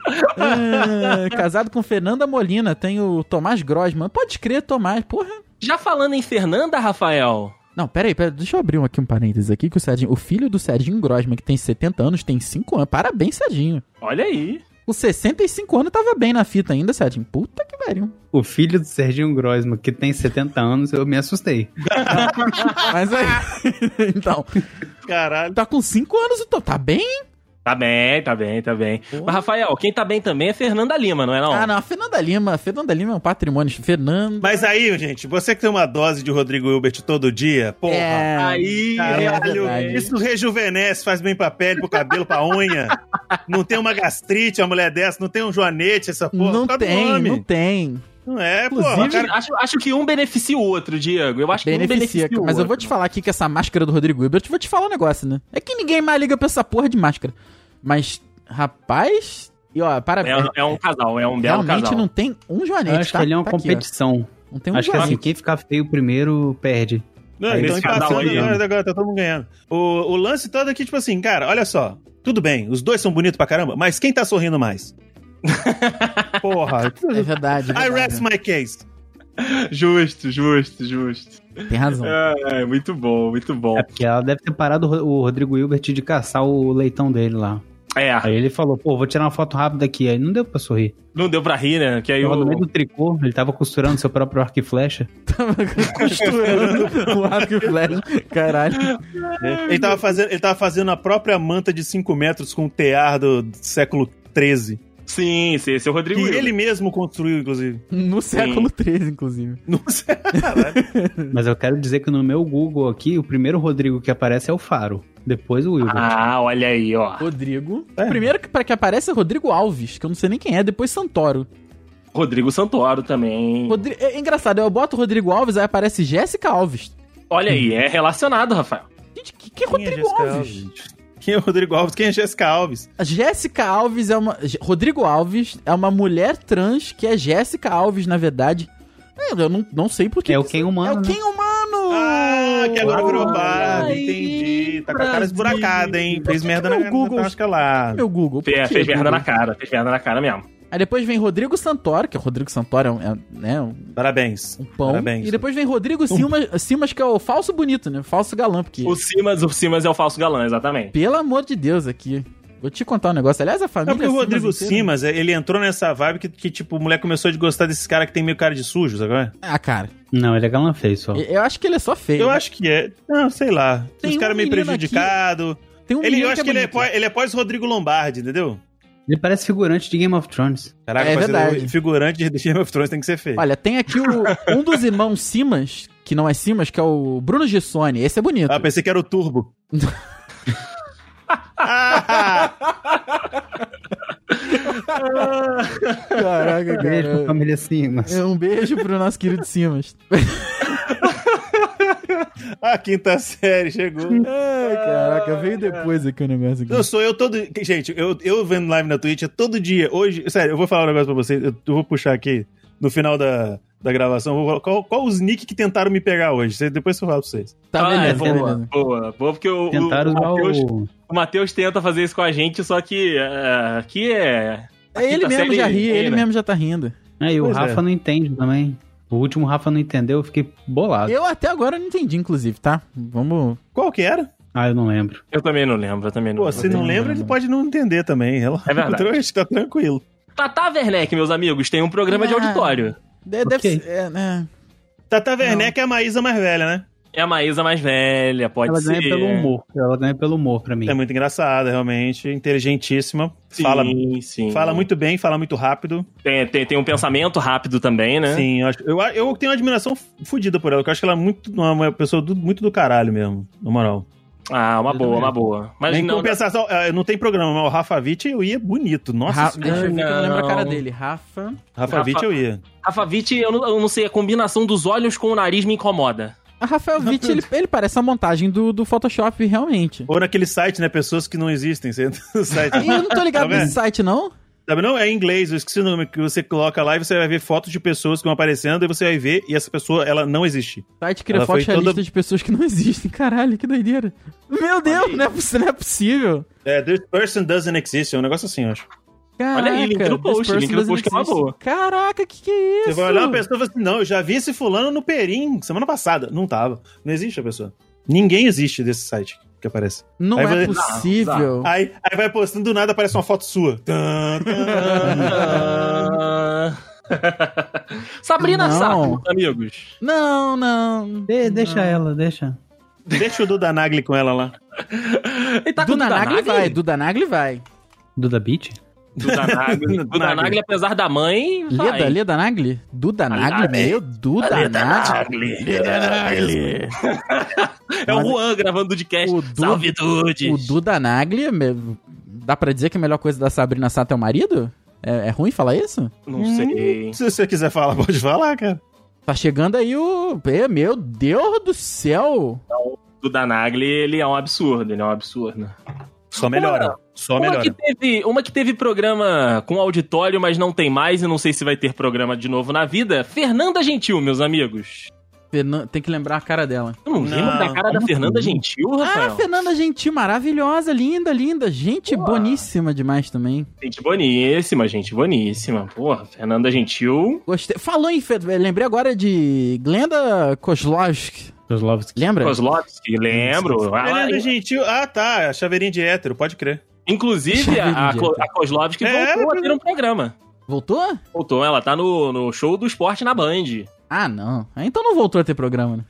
S2: é, casado com Fernanda Molina, tem o Tomás Grossman. Pode crer, Tomás, porra.
S4: Já falando em Fernanda, Rafael.
S2: Não, peraí, peraí, deixa eu abrir um aqui um parênteses aqui, que o Serginho, o filho do Serginho Grossman, que tem 70 anos, tem 5 anos. Parabéns, Serginho.
S4: Olha aí.
S2: Os 65 anos tava bem na fita ainda, Serginho. Puta que pariu.
S5: O filho do Serginho Groisman, que tem 70 anos, eu me assustei.
S2: Mas aí. então,
S3: Caralho.
S2: tá com 5 anos, então tá bem?
S4: Tá bem, tá bem, tá bem. Mas, Rafael, quem tá bem também é Fernanda Lima, não é não?
S2: Ah, não, a Fernanda Lima. a Fernanda Lima é um patrimônio. Fernanda.
S3: Mas aí, gente, você que tem uma dose de Rodrigo Hilbert todo dia, porra.
S2: É,
S4: Aí,
S3: Caralho,
S2: verdade.
S3: isso rejuvenesce, faz bem pra pele, pro cabelo, pra unha. Não tem uma gastrite, uma mulher dessa, não tem um joanete, essa porra.
S2: não
S3: por causa do
S2: tem,
S3: tá nome.
S2: não tem.
S3: Não é, pô.
S2: Inclusive,
S3: cara-
S4: Acho, acho que um beneficia o outro, Diego. Eu acho que um beneficia
S2: Beneficia,
S4: o
S2: mas eu
S4: outro.
S2: vou te falar aqui que essa máscara do Rodrigo Hilbert, vou te falar um negócio, né? É que ninguém mais liga pra essa porra de máscara. Mas, rapaz, e ó, parabéns.
S4: É, é um casal, é um belo
S2: Realmente
S4: casal.
S2: não tem um joanete,
S5: Eu acho
S2: tá?
S5: que ele é uma
S2: Tá aqui, ó.
S5: competição.
S2: não tem um
S5: acho que assim,
S2: joanete.
S5: quem ficar feio primeiro perde.
S3: Não,
S5: Aí
S3: então
S5: nesse
S3: empatando
S4: casal aí,
S3: agora,
S5: né?
S3: agora tá todo mundo ganhando. O, o lance todo aqui, tipo assim, cara, olha só. Tudo bem, os dois são bonitos pra caramba, mas quem tá sorrindo mais? Porra.
S2: É verdade. é
S3: I
S2: verdade.
S3: rest my case.
S4: Justo, justo, justo.
S2: Tem razão.
S4: É, muito bom, muito bom.
S5: É porque ela deve ter parado o Ro- o Rodrigo Hilbert de caçar o leitão dele lá.
S4: É,
S5: Aí ele falou, pô, vou tirar uma foto rápida aqui. Aí não deu pra sorrir.
S4: não deu pra rir, né? Que aí
S5: Tava no
S4: o...
S5: meio do tricô, ele tava costurando seu próprio arco e flecha.
S2: Costurando o arco e o flecha. Caralho.
S3: Ele tava, fazendo, ele tava fazendo a própria manta de 5 metros com o tear do século XIII.
S4: Sim, sim, esse é o
S3: Que
S4: Rodrigo. Hilbert.
S3: ele mesmo construiu, inclusive.
S2: No século XIII, inclusive.
S3: Não sei.
S5: Mas eu quero dizer que no meu Google aqui, o primeiro Rodrigo que aparece é o Faro. Depois o Hilbert.
S4: Ah, olha aí, ó.
S2: Rodrigo.
S3: É.
S2: O primeiro que, pra que aparece é Rodrigo Alves, que eu não sei nem quem é, depois Santoro.
S4: Rodrigo Santoro também.
S2: Rodri- É engraçado, eu boto Rodrigo Alves, aí aparece Jéssica Alves.
S4: Olha aí, é relacionado, Rafael.
S2: Gente, que, que é
S3: Quem é
S2: Rodrigo
S3: Jessica
S2: Alves?
S3: Alves? Quem é o Rodrigo Alves? Quem é Jessica Alves?
S2: A Jéssica Alves é uma. J- Rodrigo Alves é uma mulher trans que é Jéssica Alves, na verdade. É, Eu não, não sei por que
S5: É o
S2: que
S5: quem
S2: isso-
S5: humano,
S2: É o
S5: né?
S2: quem humano!
S3: Ah, que agora virou
S2: Olha
S3: Barbie,
S2: aí,
S3: entendi. Tá com a cara
S2: Brasil.
S3: esburacada, hein?
S2: Por
S3: Fez
S2: que
S3: merda
S2: que
S3: na
S2: meu Google-
S3: Acho que lá.
S2: Meu Google. por
S4: Fe-
S2: que,
S4: É, fez merda
S2: Google?
S4: na cara, fez merda na cara mesmo.
S2: Aí depois vem Rodrigo Santoro, que é o Rodrigo Santoro é, um- é, né, um
S3: Parabéns.
S2: um pão.
S3: Parabéns. Um
S2: e depois vem Rodrigo Simas, Simas, que é o falso bonito, né? Falso galã, porque.
S4: O Simas, o Simas é o falso galã, exatamente.
S2: Pelo amor de Deus, aqui. Vou te contar um negócio. Aliás, a
S3: Não,
S2: família.
S3: É porque o Rodrigo
S2: inteira-
S3: Simas, é, ele entrou nessa vibe que, que, tipo, o moleque começou de gostar desse cara que tem meio cara de sujo, agora?
S2: Ah, cara.
S5: Não, ele é galã feio só.
S2: eu- Eu acho que ele é só feio.
S3: Eu acho que é. Não, sei lá.
S2: Tem
S3: Os
S2: um
S3: caras meio
S2: menino
S3: prejudicados.
S2: Tem um
S3: Ele,
S2: menino
S3: eu acho que ele é,
S2: bonito.
S3: pós, ele é pós Rodrigo Lombardi, entendeu?
S5: Ele parece figurante de Game of Thrones.
S3: Caraca,
S2: É
S3: mas
S2: verdade.
S3: ele- figurante de Game of Thrones tem que ser feio.
S2: Olha, tem aqui o, um dos irmãos Simas, que não é Simas, que é o Bruno Gissoni. Esse é bonito.
S3: Ah, pensei que era o Turbo. ah,
S2: Caraca,
S5: Beijo pra é família assim, Simas.
S2: Um É, Um beijo pro nosso querido Simas.
S3: a quinta série chegou.
S2: Ai, caraca, veio depois aqui o negócio.
S3: Não, sou eu todo. Gente, eu, eu vendo live na Twitch é todo dia. Hoje, sério, eu vou falar um negócio pra vocês. Eu, eu vou puxar aqui no final da, da gravação. eu vou- qual, qual os nick que tentaram me pegar hoje? Cê- Depois eu falo pra vocês.
S2: Tá
S4: Ah, é,
S2: beleza, tá
S4: boa,
S2: beleza.
S4: boa, boa, porque o, o,
S5: Tentaram
S4: o
S5: usar
S4: Matheus-
S5: o...
S4: o Matheus tenta fazer isso com a gente, só que é, aqui é...
S2: É, ele
S4: quinta
S2: mesmo
S4: série
S2: já ri,
S4: tem,
S2: ele
S4: né?
S2: mesmo já tá rindo.
S5: É, e o
S3: Pois é.
S5: Rafa não entende também. O último Rafa não entendeu, eu fiquei bolado.
S2: Eu até agora não entendi, inclusive, tá? Vamos.
S3: Qual que era?
S5: Ah, eu não lembro.
S4: Eu também não lembro, eu também não
S3: Pô,
S4: lembro.
S3: se não lembra, ele pode não entender também. Ela
S4: É verdade.
S3: trouxe, tá tranquilo.
S4: Tata Werneck, meus amigos, tem um programa de
S2: Ah.
S4: auditório.
S2: De- Deve
S5: Ok.
S2: ser. É, né?
S3: Tata Werneck é a Maísa mais velha, né?
S4: É a Maísa mais velha, pode
S5: Ela
S4: ser.
S5: ganha pelo humor. Ela ganha pelo humor pra mim.
S3: É muito engraçada, realmente. Inteligentíssima.
S4: Sim,
S3: Fala,
S4: sim.
S3: fala muito bem, fala muito rápido.
S4: Tem, tem, tem um pensamento rápido também, né?
S3: Sim, eu, acho- eu, eu tenho uma admiração fodida por ela, porque eu acho que ela é muito, uma pessoa do- muito do caralho mesmo, na moral.
S4: Ah, uma boa, uma boa. Mas
S3: em
S4: não,
S3: compensação, eh, não tem programa, mas o Rafa Witt eu ia bonito. Nossa,
S2: Ra-
S3: Rafa,
S2: Deixa eu ver que eu não lembro a cara
S4: Não.
S2: dele. Rafa.
S3: Rafa Witt eu ia.
S4: Rafa Witt, eu não, eu não sei, a combinação dos olhos com o nariz me incomoda.
S2: A Rafael Witt, ele, ele parece a montagem do, do Photoshop, realmente.
S3: Ou naquele site, né? Pessoas que não existem. Você entra no site.
S2: E eu não tô ligado
S3: Tá vendo?
S2: nesse site, não?
S3: Sabe, não? É em inglês, eu esqueci o nome que você coloca lá e você vai ver fotos de pessoas que vão aparecendo e você vai ver e essa pessoa, ela não existe.
S2: O site cria
S3: Ela
S2: fotos
S3: foi toda-
S2: realistas de pessoas que não existem. Caralho, que doideira. Meu Deus, não é, possi- não é possível.
S3: É, this person doesn't exist, é um negócio assim, eu acho.
S2: Caraca,
S4: aí, link no post,
S2: this person
S4: link no post que é uma
S2: doesn't
S4: boa.
S2: exist. Caraca, que que é isso?
S3: Você vai olhar uma pessoa e fala assim, não, eu já vi esse fulano no Perim, semana passada. Não tava. Não existe a pessoa. Ninguém existe desse site que aparece.
S2: Não
S3: Aí
S2: é
S3: vai-
S2: possível.
S3: Aí, aí vai postando, do nada aparece uma foto sua. Tã, tã.
S4: Ah. Sabrina
S2: Não.
S4: Sato, meus amigos.
S2: Não, não.
S5: De- deixa ela, deixa.
S3: Deixa o Duda Nagli com ela lá.
S4: Ele tá com
S2: do Danagli vai,
S4: Do
S2: do Danagli vai.
S5: Duda Beat?
S4: Danagli. Do Danagli, apesar da mãe. vai.
S2: Leda, Leda Nagli? Do Danagli?
S4: Nagli.
S2: Meu, do Danagli.
S4: É o Juan gravando de cast.
S2: O Du-
S4: Salve, Dudes.
S2: O Duda Nagli, me- dá pra dizer que a melhor coisa da Sabrina Sato é o marido? É, é ruim falar isso?
S4: Não sei.
S3: Se você quiser falar, pode falar, cara.
S2: Tá chegando aí o. Ê, Meu Deus do céu!
S4: Do Danagli, ele é um absurdo. Ele é um absurdo.
S3: Só melhora. Só
S2: é
S4: Uma
S3: melhora.
S4: que, teve, uma que teve programa com auditório, mas não tem mais, e não sei se vai ter programa de novo na vida. Fernanda Gentil, meus amigos.
S2: Fernan- Tem que lembrar a cara dela.
S4: Eu não,
S3: Não,
S4: lembro da cara da
S5: como
S4: Fernanda
S5: assim?
S4: Gentil,
S2: Ah,
S4: Rafael.
S2: Fernanda Gentil, maravilhosa, linda, linda. Gente boníssima demais também.
S4: Gente boníssima, gente boníssima. Porra, Fernanda Gentil.
S2: Gostei. Falou em. Fe- eh, Lembrei agora de Glenda Kozlowski.
S5: Os Loves.
S2: Lembra?
S4: Kozlovski, lembro.
S2: tá?
S4: Ah,
S3: Fernanda Gentil. Ah, tá. A chaveirinha de hétero, pode crer.
S4: inclusive, a, a, Ko- a Kozlovski
S3: É,
S4: voltou a
S3: mas-
S4: ter um programa.
S2: Voltou?
S4: Voltou, ela tá no, no show do esporte na Band.
S2: Ah, não. Ah, Então não voltou a ter programa, né?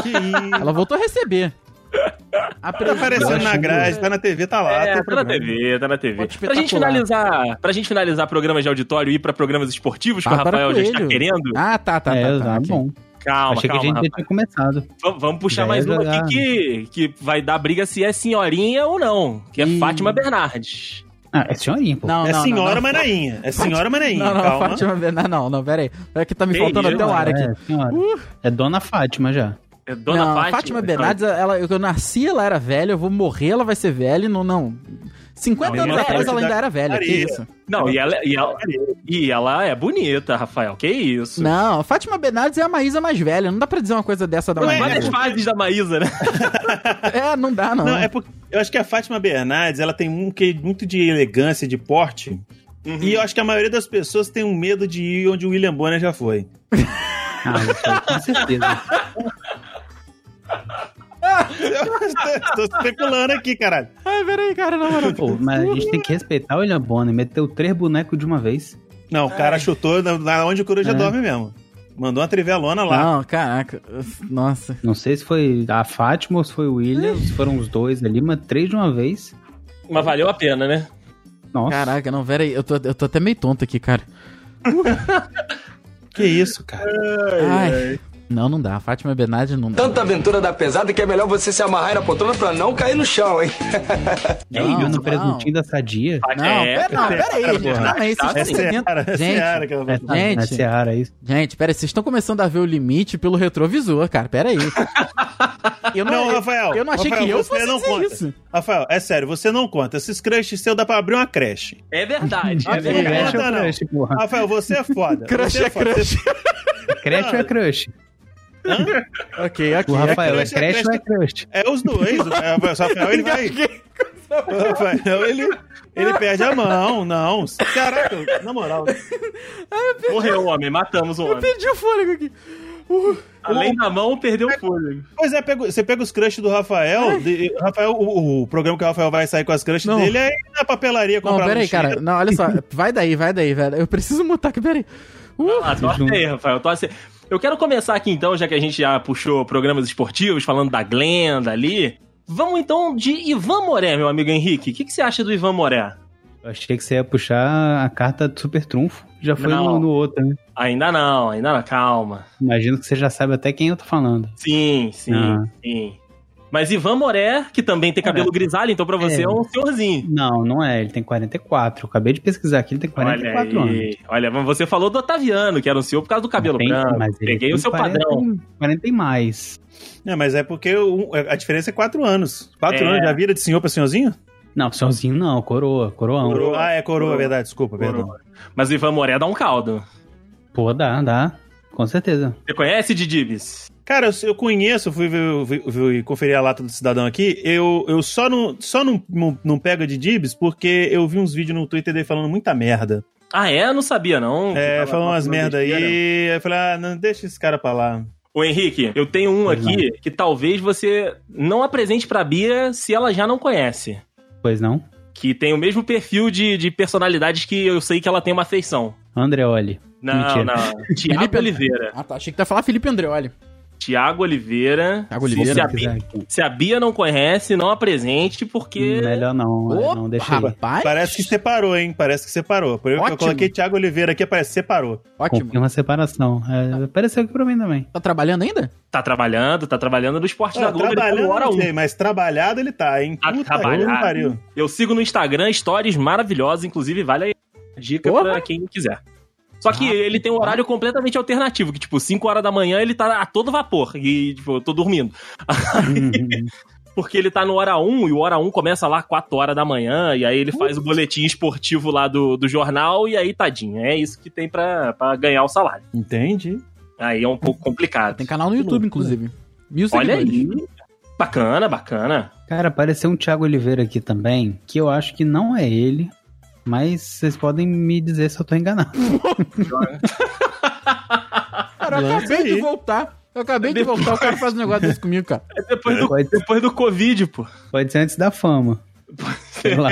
S3: Que isso.
S2: Ela voltou a receber. A
S3: Tá aparecendo na grade, tá na TV, tá lá.
S4: É,
S3: tem
S4: tá na
S3: problema.
S4: TV, tá na TV.
S2: Ponto
S4: Pra gente,
S2: espetacular.
S4: finalizar, pra gente finalizar programas de auditório e ir pra programas esportivos que o
S2: Bárbara
S4: Rafael já está
S2: Coelho.
S4: querendo,
S2: Ah, tá, tá, tá.
S5: é,
S2: tá,
S5: tá
S2: ok.
S5: bom.
S4: calma, calma.
S5: Achei que a gente já
S4: Rafael.
S5: tinha começado.
S4: Vam- Vamos puxar
S5: Já
S4: mais
S5: ia
S4: uma
S5: jogar.
S4: aqui que, que vai dar briga se é senhorinha ou não, que é
S2: Ih.
S4: Fátima Bernardes.
S5: Ah, é senhorinha, pô.
S2: Não,
S3: É
S2: não,
S3: senhora
S2: não, não.
S3: Manainha. É senhora Manainha.
S2: Não, não,
S3: Calma.
S2: Fátima Bernardes, não, não, pera aí. É que tá me
S4: Que
S2: faltando
S4: isso,
S2: até o ar aqui.
S5: É, senhora. é Dona Fátima já.
S4: É Dona
S2: não,
S4: Fátima.
S2: Fátima Bernardes, ela, eu, eu nasci, ela era velha, eu vou morrer, ela vai ser velha, não, não. 50
S3: Não,
S2: anos
S3: mesma
S2: atrás
S3: coisa
S2: ela
S3: da
S2: ainda era velha, que
S3: Maria.
S2: isso.
S4: Não, e ela, é, e, ela, e ela é bonita, Rafael. Que isso.
S2: Não, Fátima Bernardes é a Maísa mais velha, não dá pra dizer uma coisa dessa da
S3: Não é,
S4: Várias
S2: Maísa.
S4: fases da Maísa, né?
S2: É, não dá, não.
S3: Não, é porque eu acho que a Fátima Bernardes, ela tem um que muito de elegância, de porte. E eu acho que a maioria das pessoas tem um medo de ir onde o William Bonner já foi.
S5: Ah, isso aí, com certeza.
S3: Tô especulando aqui, caralho.
S2: Ai, peraí, cara, não, mano.
S5: Pô, mas a gente tem que respeitar o William Bonner. Meteu três bonecos de uma vez.
S3: Não, o cara chutou na- na onde o Coruja
S5: É.
S3: dorme mesmo. Mandou uma trivelona lá.
S2: Não, caraca, nossa.
S5: Não sei se foi a Fátima ou se foi o William. se foram os dois ali, mas três de uma vez.
S4: Mas valeu a pena, né?
S5: Nossa.
S2: Caraca, não, peraí, eu tô, eu tô até meio tonto aqui, cara.
S3: Que isso, cara.
S2: Ai, não, não dá, Fátima Bernardes não dá.
S6: Tanta aventura da pesada que é melhor você se amarrar aí na poltrona pra não cair no chão, hein?
S5: É isso,
S2: não.
S5: no presuntinho da sadia.
S4: Fátima-
S2: Não,
S4: é,
S2: pera, não, peraí,
S4: Fátima
S2: gente, não,
S4: Bernardes,
S2: é isso,
S4: tá?
S3: É
S2: Vocês estão
S3: Seara, é
S2: entendendo? Gente,
S3: Seara que ela vai
S5: É,
S3: falar.
S5: tá, na
S2: Gente.
S5: Seara, é isso.
S2: Gente, pera, vocês estão começando a ver o limite pelo retrovisor, cara. Pera aí. Eu
S3: Não, Rafael,
S2: Eu não achei
S3: Rafael,
S2: que eu
S3: você
S2: fosse
S3: não
S2: dizer
S3: conta.
S2: isso.
S3: Rafael, é sério, você não conta. Esses crushes seu dá pra abrir uma creche.
S4: É verdade, é
S3: Ok,
S5: É
S4: verdade.
S5: Crush
S3: não,
S5: ou
S3: não.
S5: crush, porra?
S3: Rafael, você é foda.
S2: Crush
S3: Você
S2: Ah. é
S3: foda.
S2: crush.
S3: Você-
S5: Crush ou é crush?
S2: Ok, ok.
S5: O Rafael é
S3: crush, é
S5: crush ou é crush?
S3: É os dois. O Rafael, ele vai... O Rafael, ele, ele perde a mão. Não, caraca, na moral.
S4: Morreu o homem, matamos o homem.
S2: Perdi o fôlego aqui. Uh,
S4: Além da mão, perdeu o fôlego.
S3: Pois é, pega- você pega os crushes do Rafael. de- Rafael o, o programa que o Rafael vai sair com as crushes
S2: Não.
S3: dele é ir na papelaria
S2: não,
S3: comprar
S2: pera aí,
S3: lancheira.
S2: cara. Não, olha só. Vai daí, vai daí, velho. Eu preciso mutar aqui, pera aí. Uh,
S4: Ah, torce aí, Rafael, torce aí. Eu quero começar aqui então, já que a gente já puxou programas esportivos, falando da Glenda ali. Vamos então de Ivan Moré, meu amigo Henrique. O que, que você acha do Ivan Moré?
S5: Eu achei que você ia puxar a carta do super trunfo. Já foi
S4: Não.
S5: no, no outro, né?
S4: Ainda não, ainda não, calma.
S5: Imagino que você já sabe até quem eu tô falando.
S4: Sim, sim,
S5: Ah.
S4: sim. Mas Ivan Moré, que também tem cabelo grisalho, então pra você é,
S5: É.
S4: um senhorzinho.
S5: Não, não é. Ele tem 44. Eu acabei de pesquisar aqui, ele tem
S4: Olha
S5: 44 anos.
S4: aí. Olha, mas você falou do Otaviano, que era o senhor por causa do cabelo
S5: Tem-
S4: branco.
S5: mas ele
S4: Peguei
S5: tem
S4: o seu
S5: 40
S4: padrão.
S5: e- 40 e mais.
S3: É, mas é porque o- a diferença é quatro anos. Quatro
S4: É.
S3: anos já vira de senhor pra senhorzinho?
S5: Não, sozinho não, coroa, coroão.
S3: Coroa. Ah, é coroa,
S4: Coroa.
S3: verdade. Desculpa, perdão.
S4: Mas o Ivan Moré dá um caldo.
S5: Pô, dá, dá. Com certeza.
S4: Você conhece Didibis?
S3: Cara, eu, eu conheço, fui, ver- fui- fui conferir a lata do cidadão aqui. Eu, eu só, não, só não, não, não pego de dibs porque eu vi uns vídeos no Twitter dele falando muita merda.
S4: Ah, é? Eu Não sabia, não.
S3: É,
S4: Tava
S3: falando umas
S4: falando
S3: merda aí.
S4: besteira.
S3: Aí eu falei, ah, não, deixa esse cara pra lá.
S4: Ô Henrique, eu tenho um
S5: Pois é.
S4: aqui que talvez você não apresente pra Bia se ela já não conhece.
S5: Pois não?
S4: Que tem o mesmo perfil de, de personalidades que eu sei que ela tem uma afeição.
S5: André Oli.
S4: Não,
S5: Mentira.
S4: não. Tiago Oliveira.
S2: Ah, tá. Achei que tu ia falar Felipe Andreoli.
S4: Tiago Oliveira.
S2: Tiago Oliveira.
S4: Se a,
S5: é.
S4: Bia, se a Bia não conhece, não apresente, porque.
S5: Hum, Melhor não, é,
S2: Opa,
S5: não deixa ele.
S2: rapaz.
S3: Parece que separou, hein? Parece que separou. Por isso que eu
S2: Ótimo.
S3: coloquei Thiago Oliveira aqui, parece que separou.
S2: Ótimo.
S5: Confirma uma separação. É, apareceu aqui pra mim também.
S2: Tá trabalhando ainda?
S4: Tá trabalhando, tá trabalhando no esporte da
S3: Ah,
S4: Globo. ele tá no
S3: trabalhando,
S4: hora
S3: não
S4: um.
S3: sei, mas trabalhado ele tá, hein?
S4: Tá
S3: Puta que
S4: trabalhado.
S3: pariu.
S4: Eu sigo no Instagram stories maravilhosas, inclusive vale a dica
S2: Porra.
S4: pra quem quiser. Só que
S2: Ah,
S4: ele tem um horário completamente alternativo, que tipo, 5 horas da manhã ele tá a todo vapor e tipo, eu tô dormindo.
S5: Uhum.
S4: Porque ele tá no hora 1 e o hora 1 começa lá 4 horas da manhã e aí ele faz o boletim esportivo lá do, do jornal e aí tadinho, é isso que tem pra, pra ganhar o salário.
S3: Entendi.
S4: Aí é um pouco complicado.
S2: Tem canal no YouTube, inclusive. Mil
S4: Olha aí.
S2: seguidores.
S4: Bacana, bacana.
S5: Cara, apareceu um Thiago Oliveira aqui também, que eu acho que não é ele, mas vocês podem me dizer se eu tô enganado.
S2: Cara, eu
S3: Lança
S2: acabei de
S3: aí.
S2: voltar. Eu acabei de voltar. O cara faz um negócio desse comigo, cara.
S4: É depois do,
S5: Pode,
S4: depois do Covid, pô.
S5: pode ser antes da fama. Sei lá.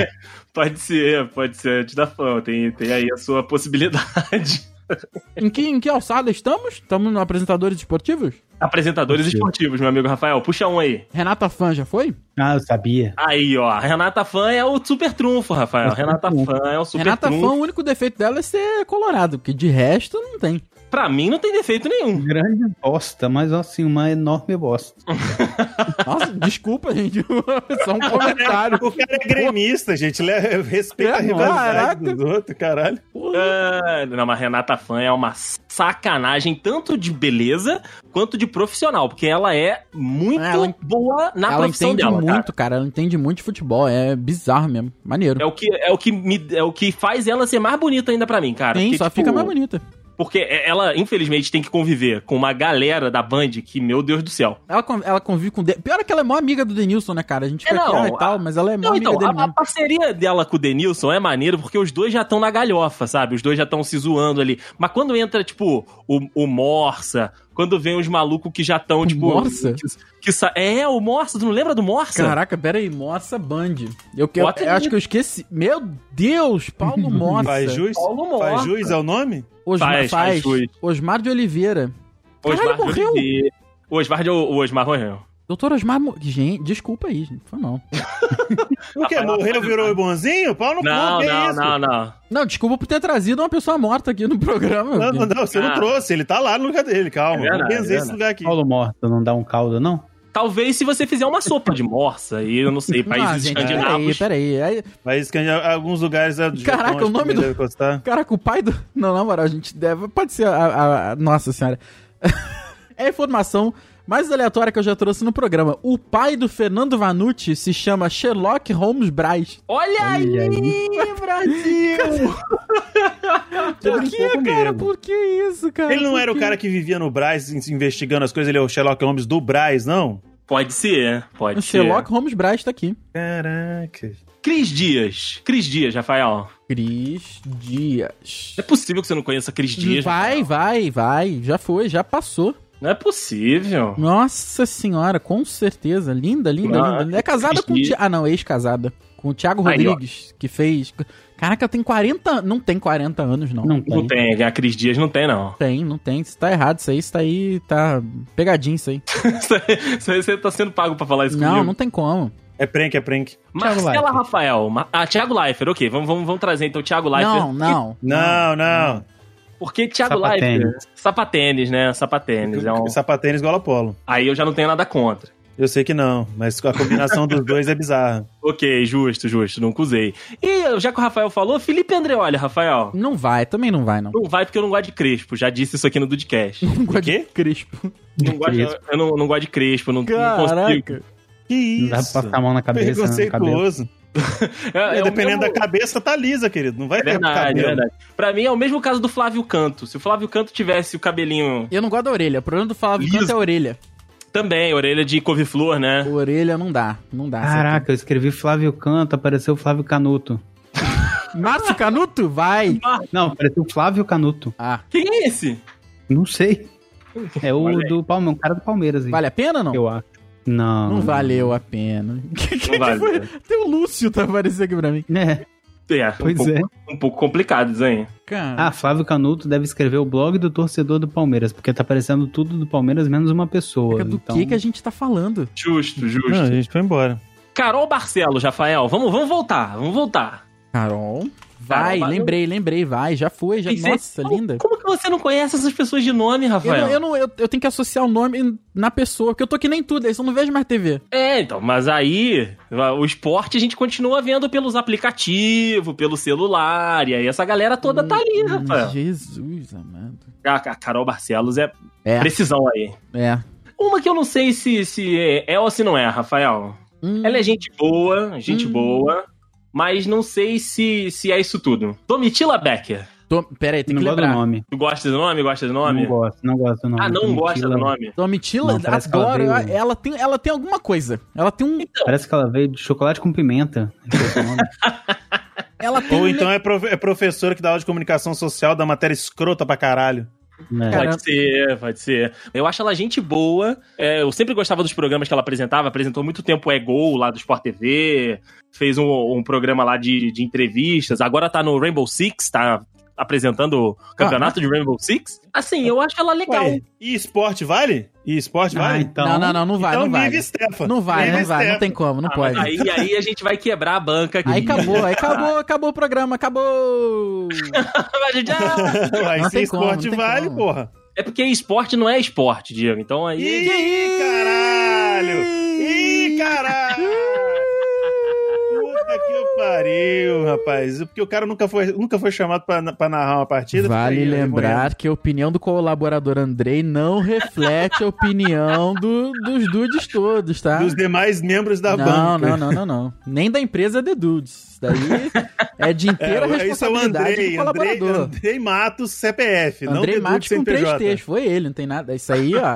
S4: Pode ser, pode ser antes da fama. Tem, tem aí a sua possibilidade.
S2: Em que, em que alçada estamos? Estamos no apresentadores esportivos?
S4: Apresentadores
S5: Puxa.
S4: esportivos, meu amigo Rafael. Puxa um aí.
S2: Renata Fã já foi?
S5: Ah, eu sabia.
S4: Aí, ó. a Renata Fã é o super trunfo, Rafael.
S5: Super
S4: Renata
S5: trunfo.
S4: Fã é o super
S2: Renata
S4: trunfo.
S2: Fã, o único defeito dela é ser colorado, porque de resto não tem.
S4: Pra mim, não tem defeito nenhum.
S5: Grande bosta, mas assim, uma enorme bosta.
S2: Nossa, desculpa, gente. Só um comentário.
S3: O cara é gremista, gente. le- Respeita a
S2: É,
S3: rivalidade
S2: caraca.
S3: dos outros, caralho.
S4: Ah, não, mas Renata Fã é uma sacanagem, tanto de beleza quanto de profissional. Porque ela é muito
S2: Ela en-
S4: boa na
S2: ela
S4: profissão
S2: entende
S4: dela. cara.
S2: muito, cara. Ela entende muito de futebol. É bizarro mesmo. Maneiro.
S4: É o, que, é, o que me, é o que faz ela ser mais bonita ainda pra mim, cara.
S2: Sim,
S4: Porque,
S2: só
S4: tipo,
S2: fica mais bonita.
S4: Porque é, ela, infelizmente, tem que conviver com uma galera da Band que, meu Deus do céu.
S2: Ela, con- ela convive com. o De... Pior é que ela é mó amiga do Denilson, né, cara? A gente
S4: É,
S2: fica aqui,
S4: não,
S2: ah, e tal, mas ela é mó
S4: Não,
S2: amiga
S4: então,
S2: dele
S4: a, a
S2: mesmo.
S4: parceria dela com o Denilson é maneiro porque os dois já estão na galhofa, sabe? Os dois já estão se zoando ali. Mas quando entra, tipo, o, o Morsa, quando vem os malucos que já estão, tipo.
S2: Morsa?
S4: Que, que sa- é, o Morsa, tu não lembra do Morsa?
S2: Caraca, pera aí, Moça Band. Eu, que- eu,
S4: Bota
S2: eu
S4: aí.
S2: acho que eu esqueci. Meu Deus, Paulo Moça.
S3: Faz jus?
S4: Paulo Tá Morsa.
S3: Faz jus ao nome?
S2: Osmar,
S4: Faz,
S2: faz,
S4: faz jus.
S2: Osmar de Oliveira. Caralho,
S4: de
S2: morreu?
S4: Oliveira. O Osmar, de- o Osmar morreu.
S2: Doutor Osmar. Mo- Gente, desculpa aí, gente. Foi mal.
S3: O quê? Morreu, virou bonzinho? Pau no cu,
S4: Não,
S2: é
S3: que
S4: não,
S3: isso?
S4: não, não.
S2: Não, desculpa por ter trazido uma pessoa morta aqui no programa.
S3: Não, não, não, você
S4: Ah.
S3: não trouxe, ele tá lá no lugar dele, calma.
S4: É verdade,
S3: não
S4: é
S3: pensei esse
S4: verdade.
S3: lugar aqui.
S5: Paulo Morto não dá um caldo, não?
S4: Talvez se você fizer uma sopa de morsa e eu não sei, países
S2: Ah, gente, peraí,
S4: escandinavos.
S2: peraí. Aí,
S3: Mas que alguns lugares é do
S2: Caraca,
S3: onde
S2: o nome
S3: também
S2: do-
S3: deve gostar.
S2: Caraca, o pai do. Não, na moral, a gente deve. Pode ser a. a- a- Nossa senhora. é a informação mais aleatória que eu já trouxe no programa. O pai do Fernando Vanucci se chama Sherlock Holmes Braz.
S4: Olha aí,
S5: Olha aí.
S4: Brasil!
S2: Por
S3: um
S2: que,
S3: pouco
S2: cara?
S3: mesmo.
S2: Por que isso, cara?
S3: Ele não
S2: Por
S3: era o cara que vivia no Braz in- investigando as coisas, ele é o Sherlock Holmes do Braz, não?
S4: Pode ser, é. pode
S2: O Sherlock Holmes Braz tá aqui.
S3: Caraca.
S4: ser. Cris Dias. Cris Dias, Rafael.
S2: Cris Dias.
S4: É possível que você não conheça Cris Dias.
S2: Vai,
S4: Rafael?
S2: vai, vai. Já foi, já passou.
S4: Não é possível.
S2: Nossa senhora, com certeza. Linda, linda,
S4: Nossa,
S2: linda. É casada com o
S4: Cris
S2: Ti... Ah, não, ex-casada. Com o Thiago
S4: Aí, ó.
S2: Rodrigues, que fez. Caraca, tem 40. Não tem 40 anos, não.
S5: Não
S4: Não
S5: tem.
S4: tem, a Cris Dias não tem, não.
S2: Tem, não tem. Isso tá errado, isso aí, isso aí tá pegadinho, isso aí.
S4: Isso aí- isso aí você tá sendo pago pra falar isso
S2: Não,
S4: comigo.
S2: não tem como.
S3: É prank, é prank.
S4: Marcela
S5: Thiago Leifert.
S4: Rafael. Ma- Ah, Thiago Leifert, ok. Vamos, vamos, vamos trazer então o Thiago Leifert.
S2: Não, não.
S3: Não, não.
S4: Porque Thiago
S5: Sapatênis.
S4: Leifert. Sapatênis, né? Sapatênis. É um...
S3: Sapatênis gola polo.
S4: Aí eu já não tenho nada contra.
S3: Eu sei que não, mas a combinação dos dois é bizarra.
S4: Ok, justo, justo, nunca usei. E já que o Rafael falou, Felipe André, olha, Rafael.
S2: Não vai, também não vai, não.
S4: Não vai porque eu não gosto de Crespo, já disse isso aqui no Dudcast.
S2: Não gosto
S3: quê?
S2: de Crespo.
S4: Não gosto, eu, eu não, não gosto de Crespo, não, não consigo.
S2: Caraca.
S3: Que
S5: Não
S3: isso?
S5: dá pra passar a mão na cabeça. né, no cabelo.
S3: Preconceituoso.
S4: É, é o
S3: Dependendo
S4: mesmo-
S3: da cabeça, tá lisa, querido. Não vai
S4: É verdade,
S3: ter
S4: é
S3: cabelo.
S4: verdade. Pra mim é o mesmo caso do Flávio Canto. Se o Flávio Canto tivesse o cabelinho
S2: Eu não gosto da orelha. O problema do Flávio
S4: Liso.
S2: Canto é a orelha.
S4: também, orelha de couve-flor, né?
S2: Orelha não dá, não dá.
S5: Caraca, eu escrevi Flávio Canto, apareceu Flávio Canuto.
S2: Márcio Canuto, vai!
S5: Não, apareceu Flávio Canuto.
S2: Ah,
S4: Quem é esse?
S5: Não sei. É o
S4: Olha aí.
S5: do Palmeiras, um cara do Palmeiras aí.
S2: vale a pena ou não?
S5: Eu acho. Não.
S2: Não valeu a pena.
S4: Não vale.
S2: Tem o Lúcio tá aparecendo aqui pra mim.
S5: É,
S4: É,
S5: pois
S4: um, pouco,
S5: é.
S4: um pouco complicado, desenho.
S2: Cara,
S5: Ah, Flávio Canuto deve escrever o blog do torcedor do Palmeiras, porque tá aparecendo tudo do Palmeiras menos uma pessoa.
S2: do
S5: então...
S2: é que que a gente tá falando?
S4: Justo, justo.
S3: Não, a gente foi embora.
S4: Carol Barcelos, Rafael, vamos, vamos voltar, vamos voltar.
S2: Carol, vai,
S4: Carol,
S2: lembrei, lembrei, vai, já foi, já.
S4: Tem certeza?
S2: Nossa,
S4: Como-
S2: linda.
S4: Como que você não conhece essas pessoas de nome,
S2: Eu,
S4: Rafael?
S2: não- eu, não- eu- eu tenho que associar o nome na pessoa, porque eu tô que nem tudo, aí eu não vejo mais TV.
S4: É, então, mas aí o esporte a gente continua vendo pelos aplicativos, pelo celular, e aí essa galera toda tá
S5: Hum,
S4: ali, Rafael.
S2: Hum, Jesus amado.
S4: A, a Carol Barcelos é
S2: É,
S4: precisão aí.
S2: é.
S4: Uma que eu não sei se, se é, é ou se não é, Rafael.
S2: Hum,
S4: Ela é gente boa, gente
S2: Hum.
S4: boa, mas não sei se, se é isso tudo. Domitila Becker.
S2: Dom- Pera aí, tem
S5: Não
S2: que
S5: gosto do
S2: lembrar.
S5: nome.
S4: Tu gosta do nome? Gosta do nome?
S5: Não gosto, não gosto do nome.
S4: Ah, não gosta
S5: Domitila-
S4: do nome?
S2: Então, Domitila,
S5: Não, parece que ela
S2: adoro.
S5: veio-
S2: Ela, ela tem, ela tem alguma coisa. Ela tem um.
S4: Então,
S5: Parece que ela veio de chocolate com pimenta. esse nome.
S2: Ela tem
S3: Ou
S2: um
S3: então é, prof- é professora que dá aula de comunicação social da matéria escrota pra caralho.
S5: É.
S2: Cara,
S4: Pode ser, pode ser. Eu acho ela gente boa. É, eu sempre gostava dos programas que ela apresentava. Apresentou muito tempo o É Gol lá do Sport TV. Fez um, um programa lá de, de entrevistas. Agora tá no Rainbow Six, tá apresentando o campeonato de Rainbow Six. Assim, eu acho ela legal.
S5: Então.
S3: Ué, e esporte vale? E esporte
S5: Ah,
S3: vale?
S5: então.
S2: Não, não, não, não vai,
S3: então
S2: não vai.
S3: Nive Stefan.
S2: Não vai,
S3: Nive
S2: não vai, não
S3: Stefan.
S2: tem como, não
S4: Ah,
S2: pode.
S4: mas
S2: Aí,
S4: Aí, aí a gente vai quebrar a banca aqui.
S2: acabou, aí acabou, acabou o programa, acabou!
S4: A gente- ah,
S3: Ué,
S2: Não
S3: se
S2: tem como,
S3: esporte
S2: não tem
S3: vale,
S2: como.
S3: porra.
S4: é porque esporte não é esporte, Diego. Então aí.
S3: Ih, caralho! Ih, caralho! Puta que pariu, rapaz. Porque o cara nunca foi, nunca foi chamado pra, pra narrar uma partida.
S2: Vale
S3: Fica aí,
S2: lembrar que a opinião do colaborador Andrei não reflete a opinião do- dos dudes todos, tá?
S3: Dos demais membros da
S2: não,
S3: banca.
S2: não, não, não, não. Nem da empresa de dudes. Isso Daí é de inteira
S3: É, isso é o
S2: responsabilidade
S3: Andrei,
S2: do
S3: Andrei,
S2: colaborador.
S3: Andrei Matos, CPF. não
S2: Andrei
S3: Deduto
S2: Matos com três
S3: CNPJ.
S2: T's, foi ele, não tem nada. Isso aí, ó.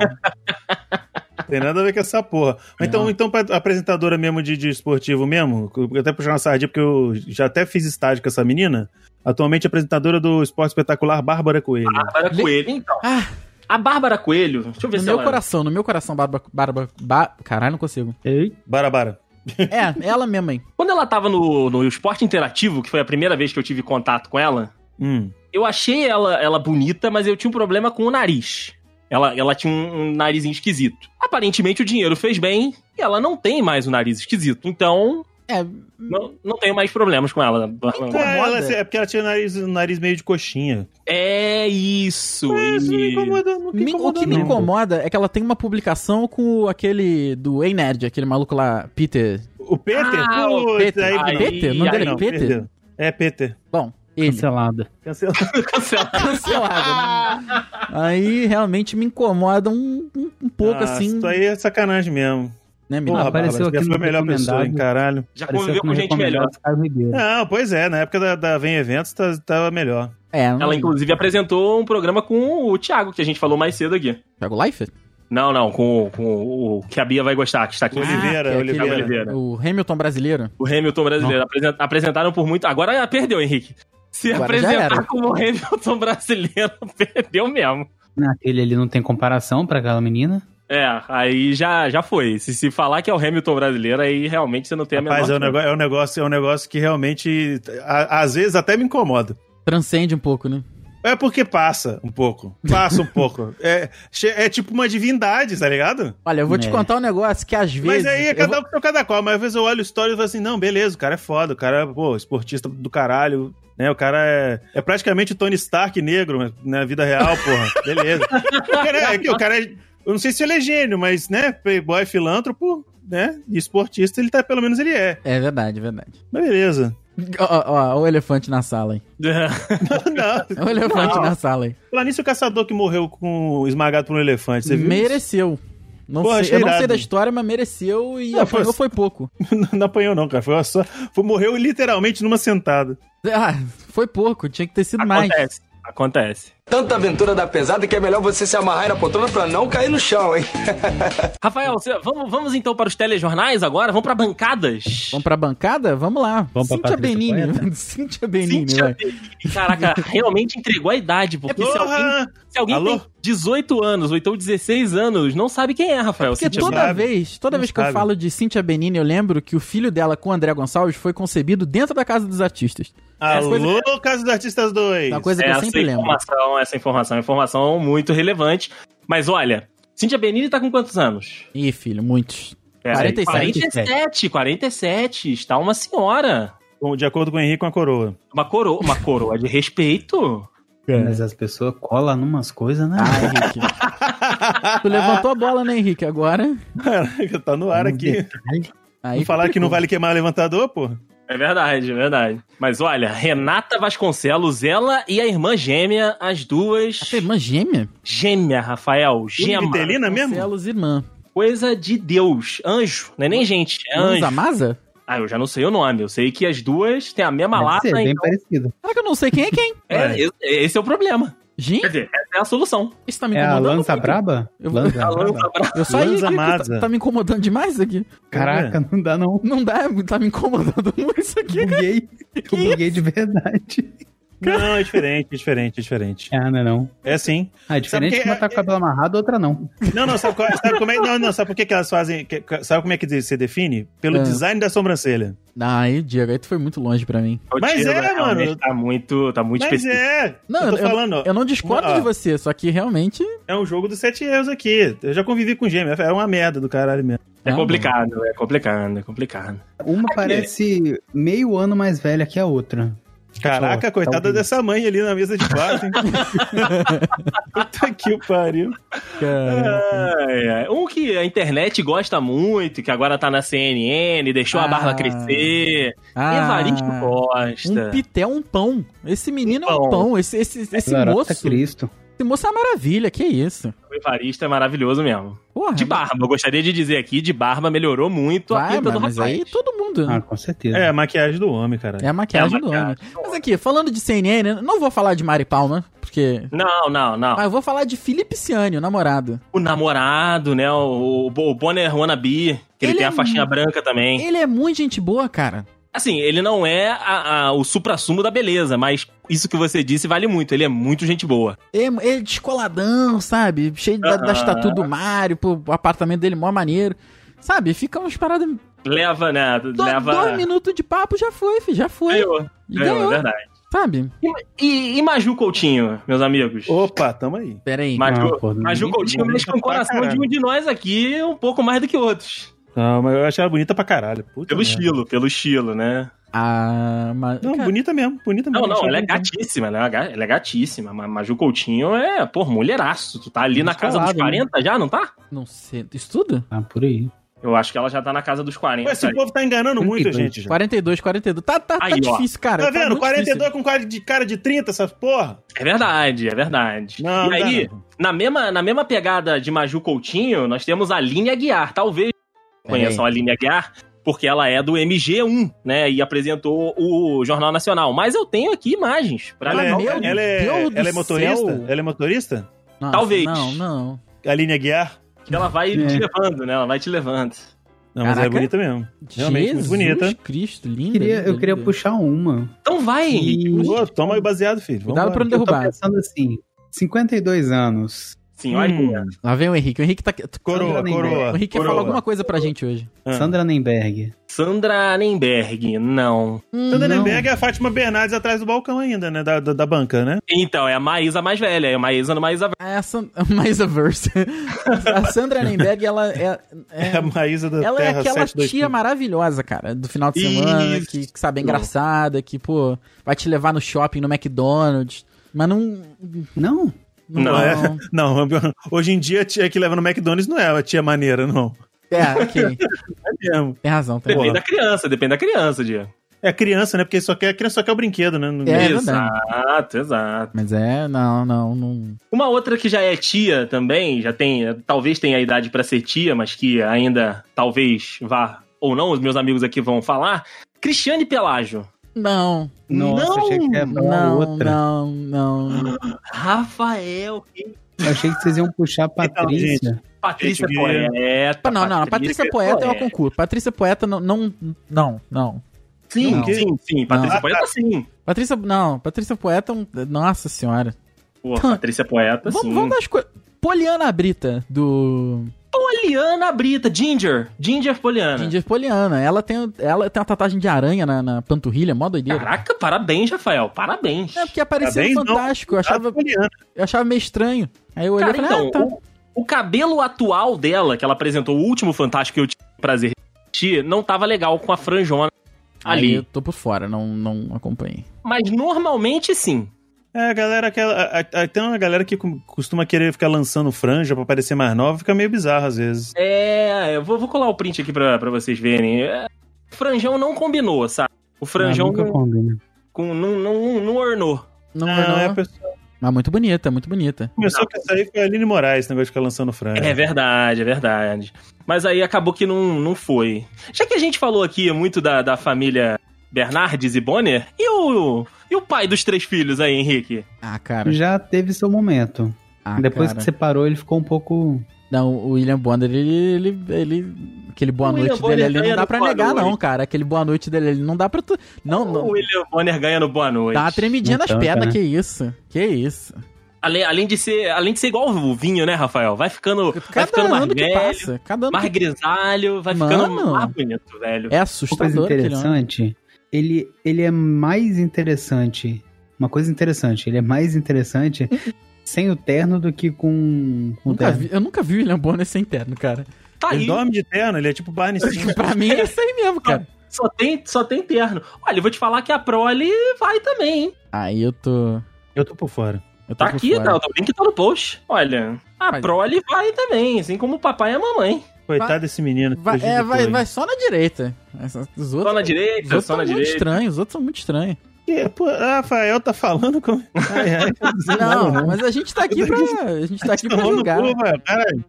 S3: Tem nada a ver com essa porra. Mas Então,
S2: Não.
S3: então pra apresentadora mesmo de, de esportivo mesmo, eu até puxar uma sardinha, porque eu já até fiz estágio com essa menina. Atualmente apresentadora do Esporte Espetacular Bárbara Coelho.
S4: Bárbara
S2: Le-
S4: Coelho. Então,
S2: Ah.
S4: a Bárbara Coelho, deixa eu ver
S2: No
S4: se
S2: meu
S4: ela... é.
S2: coração, no meu coração, barba. barba ba... Caralho, não consigo.
S5: Ei,
S3: Barabara.
S2: É, ela mesma, hein?
S4: Quando ela tava no, no esporte interativo, que foi a primeira vez que eu tive contato com ela,
S3: Hum.
S4: eu achei ela, ela bonita, mas eu tinha um problema com o nariz. Ela, ela tinha um, um narizinho esquisito. Aparentemente o dinheiro fez bem e ela não tem mais o nariz esquisito. Então,
S2: É,
S4: não, não tenho mais problemas com ela.
S3: É, ela-
S2: Incomoda?
S3: é porque ela tinha o nariz, o nariz meio de coxinha.
S4: É isso.
S3: É, Isso não me
S4: e-
S3: incomoda, não
S2: me- o que me incomoda é que ela tem uma publicação com aquele do Ei Nerd, aquele maluco lá, Peter.
S3: O é Peter?
S4: Ah, o
S3: Putz,
S2: Peter.
S3: aí
S4: Ah,
S3: não.
S2: Peter? O nome
S4: aí
S2: dele é
S3: não,
S2: Peter?
S3: perdeu. É, Peter.
S2: Bom, ele.
S5: cancelada.
S3: Cancelado.
S2: Um
S4: Cancela.
S2: Cancelado. né? Aí realmente me incomoda um, um, um pouco
S3: Ah,
S2: assim,
S3: Isso aí é sacanagem mesmo.
S2: né, menino?
S3: Porra,
S5: apareceu
S3: Bárbara,
S5: aqui
S3: você
S5: no
S3: foi a melhor pessoa, hein,
S5: recomendado.
S3: caralho.
S4: Já
S5: Apareceu
S4: conviveu
S5: como
S4: Tá com gente
S5: recomendado
S4: melhor.
S5: Caio Ribeiro.
S3: Não, pois é, na época da, da Vem Eventos tá- tava melhor.
S2: É, não...
S4: Ela, inclusive, apresentou um programa com o Thiago, que a gente falou mais cedo aqui.
S2: Thiago Leifert?
S4: Não, não, com, com o que a Bia vai gostar, que está aqui.
S3: Oliveira,
S2: que é aquele-
S3: Oliveira.
S4: Oliveira.
S2: O Hamilton brasileiro.
S4: O Hamilton brasileiro. Apresen- Apresentaram por muito. Agora perdeu, Henrique. Se
S2: Agora já era.
S4: apresentar como o Hamilton brasileiro, perdeu mesmo.
S5: Naquele ali não tem comparação pra aquela menina.
S4: É, aí já, já foi. Se, se falar que é o Hamilton brasileiro, aí realmente você não tem a
S3: Rapaz, é um,
S4: menor...
S3: negócio, é, um negócio, é um negócio que realmente, a- às vezes, até me incomoda.
S2: Transcende um pouco, né?
S3: É porque passa um pouco. Passa um pouco. É, che- é tipo uma divindade, tá ligado?
S2: Olha, eu vou te
S5: É.
S2: contar um negócio que às vezes.
S3: Mas aí é
S2: eu
S3: cada
S2: vou-
S3: um com seu cada qual. Mas às vezes eu olho história e falo assim: não, beleza, o cara é foda, o cara é pô, esportista do caralho. Né, o cara é, é praticamente o Tony Stark negro né, na vida real, porra. Beleza. O cara é, o cara é Eu não sei se ele é gênio, mas, né, playboy, filântropo, né, e esportista, ele tá, pelo menos ele é.
S2: É verdade, é verdade.
S3: Mas beleza.
S2: Ó, ó, ó, o elefante na sala, hein? É
S3: não,
S2: O elefante
S3: Não.
S2: na sala, hein?
S3: Lá nisso, o caçador que morreu com esmagado por um elefante, você viu?
S2: Mereceu. Não
S3: Pô,
S2: sei,
S3: achei
S2: eu não sei
S3: irado.
S2: da história, mas mereceu e
S3: Não,
S2: apanhou foi
S3: foi-
S2: pouco.
S3: não apanhou não, cara. Foi uma só... Foi, morreu literalmente numa sentada.
S2: Ah, foi pouco, tinha que ter sido mais.
S4: Acontece. Acontece.
S6: Tanta aventura da pesada que é melhor você se amarrar aí na poltrona pra não cair no chão, hein?
S4: Rafael, você- vamos, vamos então para os telejornais agora? Vamos para bancadas?
S2: Vamos pra bancada? Vamos lá.
S5: Vamos pra
S2: Cíntia
S5: Patrícia
S2: Benini. Cíntia Benini,
S4: Cíntia
S2: vai.
S4: Benini, Caraca, realmente entregou a idade,
S2: É
S4: porque se alguém,
S3: Porra!
S4: se alguém
S3: Alô?
S4: tem 18 anos ou então 16 anos, não sabe quem é, Rafael.
S2: Porque
S4: Cíntia
S2: toda
S3: Sabe.
S2: vez, toda
S3: Não
S2: vez que eu
S3: sabe.
S2: falo de Cíntia Benini, eu lembro que o filho dela com o André Gonçalves foi concebido dentro da Casa dos Artistas. É
S3: Alô, Casa dos Artistas 2!
S2: Uma coisa que eu
S4: É, essa
S3: assim
S2: sempre lembro.
S4: informação, essa informação, é informação muito relevante. Mas olha, Cíntia Benini tá com quantos anos?
S2: Ih, filho, muitos.
S4: Pera aí,
S2: 47.
S4: 47, 47, está uma senhora.
S3: Bom, De acordo com o Henrique, uma coroa.
S4: Uma coroa, uma coroa de respeito.
S5: Mas as pessoas colam numas coisas, né?
S2: Ah, Henrique. tu levantou a bola, né, Henrique? Agora.
S3: Caraca, tá no ar aqui.
S2: Aí
S3: Não falaram que não
S2: complicou.
S3: vale queimar levantador, pô?
S4: É verdade, é verdade. Mas olha, Renata Vasconcelos, ela e a irmã gêmea, as duas.
S2: Essa irmã é, gêmea?
S4: Gêmea, Rafael, gema.
S3: Vitelina É mesmo?
S2: Marcelos irmã.
S4: Coisa de Deus. Anjo, não é nem gente, é
S2: Anza
S4: anjo.
S2: Maza?
S4: Ah, eu já não sei o nome. Eu sei que as duas têm a mesma
S5: Deve
S2: é
S4: lata.
S5: ser, bem
S4: então-
S5: parecido.
S2: Será que eu não sei quem é quem?
S4: É, esse- esse é o problema. Quer
S2: Gente,
S4: dizer, essa é a solução.
S2: isso tá me
S5: É a
S2: incomodando.
S5: Lança
S2: muito.
S5: Braba?
S2: Eu-
S5: Lança
S4: A
S5: Braba.
S4: lança brava.
S2: Eu saí
S3: Lanza
S2: aqui,
S3: Maza.
S2: tá, tá me incomodando demais aqui.
S5: Caraca, não dá não. Um
S2: Não dá, tá me incomodando muito isso aqui.
S5: Buguei. Eu buguei Um de verdade.
S3: Não, é diferente, é diferente, é diferente.
S5: Ah, não é não.
S3: É sim.
S5: Ah, é diferente
S3: Sabe que
S5: que uma
S3: é-
S5: tá com o cabelo amarrado, outra não.
S3: Não, não, sabe, qual- sabe como é, não, não, sabe por que, que elas fazem. que- que- sabe como é que se define? Pelo
S2: É.
S3: design da sobrancelha.
S2: Ai, Diego, aí tu foi muito longe pra mim.
S4: O
S3: Mas
S4: tiro
S3: é,
S4: realmente
S3: mano.
S4: Tá muito, tá muito
S3: Mas
S4: específico.
S3: é!
S2: Não,
S3: eu tô falando,
S2: eu não discordo
S3: Ah.
S2: de você, só que realmente.
S3: é um jogo dos sete erros aqui. Eu já convivi com gêmeo, era uma merda do caralho mesmo.
S4: É,
S2: Não,
S4: complicado, é complicado, é complicado.
S5: Uma parece meio ano mais velha que a outra.
S3: Caraca,
S5: Tá
S3: coitada
S5: ouvindo.
S3: dessa mãe ali na mesa de quarto, hein? Puta que o pariu.
S2: Cara.
S4: É, é. Um que a internet gosta muito, que agora tá na CNN, deixou
S2: Ah.
S4: a barba crescer. É, Evaristo
S2: um
S4: Costa.
S2: pitel, um pão. Esse menino é um
S4: Pão.
S2: pão. Esse, esse, esse
S3: tá
S5: Garota
S2: moço. Esse
S5: Cristo.
S2: moço é uma maravilha, que isso.
S4: O Evaristo é maravilhoso mesmo.
S2: Porra,
S4: De barba, eu gostaria de dizer aqui, de barba melhorou muito a
S2: Ah, Vai,
S4: pinta do
S2: mano, mas
S4: rapaz.
S2: aí todo mundo. né?
S5: Ah, com certeza.
S3: É, a maquiagem do homem, cara.
S2: É a maquiagem
S4: É a
S2: do homem.
S4: maquiagem.
S2: Mas aqui, falando de CNN, não vou falar de Mari Palma, porque.
S4: Não, não, não.
S2: Mas eu vou falar de Felipe Ciani, o namorado.
S4: O namorado, né? O, o o Bonner Wannabe, que ele,
S2: Ele
S4: tem
S2: é
S4: a faixinha
S2: muito-
S4: branca também.
S2: Ele é muito gente boa, cara.
S4: Assim, ele não é a, a, o suprassumo da beleza, mas isso que você disse vale muito. Ele é muito gente boa.
S2: Ele, é, ele descoladão, sabe? Cheio da, da
S4: Aham.
S2: estatua do Mario, pô, o apartamento dele é mó maneiro. Sabe? Fica umas paradas. Do-
S4: Leva, né? leva.
S2: Dois minutos de papo já foi, filho, já foi.
S4: Ganhou, ganhou, é
S2: Ganhou,
S4: verdade.
S2: sabe?
S4: E, e Maju Coutinho, meus amigos?
S3: Opa, tamo aí.
S2: Pera aí.
S4: Maju,
S5: Não, Ah, pô,
S4: Maju
S5: ninguém-
S4: Coutinho mexe com o
S3: pra
S4: coração de
S3: caralho.
S4: um de nós aqui um pouco mais do que outros. É.
S3: Não, mas eu achei ela bonita pra caralho. Puta
S4: Pelo
S3: merda.
S4: estilo, pelo estilo, né?
S2: Ah, mas.
S3: Não,
S2: cara,
S3: bonita mesmo, bonita
S4: Não,
S3: mesmo.
S4: não,
S3: Achei
S4: ela é
S3: bonita.
S4: gatíssima, né? Ela é ga- ela é gatíssima. Ma- Maju Coutinho é, pô, mulheraço. Tu tá ali na casa dos
S5: Descolado,
S4: 40 já, não tá?
S2: não sei. Isso tudo?
S5: Ah, por aí.
S4: Eu acho que ela já tá na casa dos 40.
S3: Ué, esse povo tá enganando muito, gente. já.
S2: 42, 42. Tá, tá, tá
S4: Aí, ó.
S2: difícil, cara.
S3: Tá vendo?
S2: muito
S3: 42
S2: difícil.
S3: com cara de, cara de 30, essa porra.
S4: É verdade, é verdade.
S3: Não,
S4: e
S3: não
S4: aí,
S3: dá não.
S4: na mesma, na mesma pegada de Maju Coutinho, nós temos a Aline Aguiar. Talvez
S3: É.
S4: conheçam a Aline Aguiar, porque ela é do MG1, né? E apresentou o Jornal Nacional. Mas eu tenho aqui imagens. Pra
S3: Ela é,
S4: levar
S2: meu
S3: ela é,
S2: Deus do
S3: ela é motorista?
S2: céu.
S3: Ela é motorista?
S2: Nossa,
S4: Talvez.
S2: Não, não.
S3: Aline Aguiar?
S4: que ela vai
S2: É.
S4: te levando, né? Ela vai te levando.
S3: Não, mas ela é
S2: Caraca.
S3: bonita mesmo. Realmente muito
S2: Jesus
S3: bonita.
S2: Cristo, linda.
S5: Queria,
S2: linda,
S5: eu queria
S2: linda.
S5: puxar uma.
S4: Então vai, Henrique.
S5: E
S3: Ô, toma aí baseado, filho.
S2: Cuidado pra
S3: Vambora.
S2: não
S5: eu tô
S2: derrubar.
S5: pensando assim, 52 anos.
S4: Senhorinha.
S3: Hum,
S2: Lá vem o Henrique. O Henrique tá.
S3: Coroa,
S5: Sandra
S3: coroa.
S2: O Henrique quer
S3: coroa.
S2: falar alguma coisa pra gente hoje.
S3: Ah.
S5: Sandra Nemberg.
S4: Sandra Nenberg, não.
S3: Sandra
S5: Não.
S3: Nenberg é a Fátima Bernardes atrás do balcão ainda, né? Da, da, da banca, né?
S4: Então, é a Maísa mais velha, é a Maísa no Maísa
S2: Ah, é a San... mais a verse. a Sandra Nenberg, ela é.
S3: É,
S2: é-
S3: a Maísa da
S2: Ela é
S3: Terra
S2: aquela
S3: 725.
S2: tia maravilhosa, cara, do final de semana,
S3: Isso.
S2: que, que sabe, é engraçada, que, pô, vai te levar no shopping, no McDonald's, mas não.
S5: Não?
S4: Não,
S3: é. Não, hoje em dia a tia que leva no McDonald's não é a tia maneira, não.
S2: É, ok.
S3: É mesmo.
S2: Tem razão, tem
S3: Porra.
S2: razão.
S4: Depende da criança, depende da criança, Diego.
S3: É criança, né? Porque só quer, a criança só quer o brinquedo, né? Não-
S2: É, verdade.
S4: exato, exato.
S2: Mas é, não, não, não.
S4: Uma outra que já é tia também, já tem, talvez tenha a idade pra ser tia, mas que ainda talvez vá ou não, os meus amigos aqui vão falar. Cristiane Pelágio.
S2: Não,
S5: Nossa,
S4: Não!
S5: achei que ia
S3: Tá
S5: falar
S2: não,
S5: outra.
S2: não, não.
S4: Rafael.
S5: Eu achei que vocês iam puxar a Patrícia.
S4: Patrícia
S3: Gente,
S4: Poeta.
S2: Não, não, a Patrícia Poeta é uma concurso. Patrícia Poeta não, não, não, não.
S4: Sim,
S5: Não.
S4: sim, sim. Patrícia
S3: Não.
S4: Poeta, sim.
S2: Patrícia, não, Patrícia Poeta, é um- nossa senhora.
S4: Pô, Patrícia Poeta, sim.
S2: Hum. Vamos, vamos dar as coisas. Poliana Brita, do
S4: Poliana Brita, Ginger. Ginger Poliana.
S2: Ginger Poliana. Ela tem, ela tem uma tatuagem de aranha na, na panturrilha, mó doideira.
S4: Caraca, parabéns, Rafael. Parabéns.
S2: É porque apareceu
S3: Parabéns,
S2: no
S3: não.
S2: fantástico, eu achava,
S3: Poliana.
S2: eu achava meio estranho. Aí eu olhei e
S4: Cara,
S2: falei,
S4: então,
S2: ah, tá.
S4: o, o cabelo atual dela, que ela apresentou o último Fantástico que eu tive o prazer de assistir, não tava legal com a franjona
S2: Aí
S4: ali.
S2: eu tô por fora, não, não acompanhei.
S4: Mas normalmente sim.
S3: É, a galera que. a- a- a- Tem uma galera que com- costuma querer ficar lançando franja pra parecer mais nova, fica meio bizarro às vezes.
S4: É, eu vou, vou colar o print aqui pra, pra vocês verem. É, o franjão não combinou, sabe? O franjão
S5: Ah, nunca combina.
S4: com, não, não, não ornou.
S2: Não,
S3: Ah,
S2: não,
S3: é, a pessoa
S2: Mas muito bonita, muito bonita.
S3: começou com isso aí foi a Aline Moraes, esse negócio de ficar lançando franja.
S4: É verdade, é verdade. Mas aí acabou que não, não foi. Já que a gente falou aqui muito da, da família Bernardes e Bonner, e o, e o pai dos três filhos aí, Henrique?
S2: Ah, cara.
S5: Já teve seu momento.
S2: Ah,
S5: Depois
S2: cara.
S5: que separou, ele ficou um pouco.
S2: Não, o William Bonner, ele. ele, ele- aquele boa
S4: O William
S2: noite
S4: Bonner é
S2: dele ali não
S4: ganha
S2: dá
S4: no
S2: pra
S4: Boa
S2: negar, não,
S4: Noite.
S2: cara. Aquele boa noite dele ali não dá pra tu. Não,
S4: O
S2: não. Tá
S4: William Bonner ganha no Boa Noite.
S2: Dá uma tremidinha
S5: Não
S2: nas
S5: tanto,
S2: pernas,
S5: né?
S2: que isso. Que isso.
S4: Ale- Além, de ser, além de ser igual o vinho, né, Rafael? Vai ficando, vai
S2: Cada
S4: ficando mais
S2: ano que
S4: velho,
S2: passa. Cada ano
S4: mais
S2: que...
S4: grisalho, vai
S2: Mano.
S4: ficando mais bonito, velho.
S2: É
S5: Uma coisa
S2: assustador aquele homem.
S5: interessante. Ele, ele é mais interessante. Uma coisa interessante. Ele é mais interessante sem o terno do que com, com o
S2: Nunca
S5: terno.
S2: vi- eu nunca vi o William Bonner sem terno, cara.
S4: Tá
S3: Ele
S4: aí,
S3: dorme de terno, ele é tipo Barney Simpson.
S2: pra mim é isso aí mesmo, cara.
S4: só tem, só tem terno. Olha, eu vou te falar que a prole vai também, hein?
S2: Aí eu tô.
S3: Eu tô por fora.
S2: Eu tô
S4: Tá
S2: por
S4: aqui,
S2: fora.
S4: tá, o link tá no post. Olha, a
S2: Vai.
S4: prole vai também, assim como o papai e a mamãe.
S3: Coitado desse menino.
S2: Vai, é,
S3: prejudicou,
S2: vai,
S3: hein?
S2: vai só na direita. Essas- Os outros,
S4: Só na
S2: os
S4: direita,
S2: outros
S4: só
S2: são
S4: na
S2: muito
S4: direita.
S2: estranhos, os outros são muito estranhos.
S3: Que, pô, Rafael tá falando com. Ai, ai, tá dizendo
S2: Não,
S3: nada,
S2: mas a gente tá aqui pra. A gente tá aqui pra
S3: Tomou no
S2: julgar.
S3: cu, velho, caralho.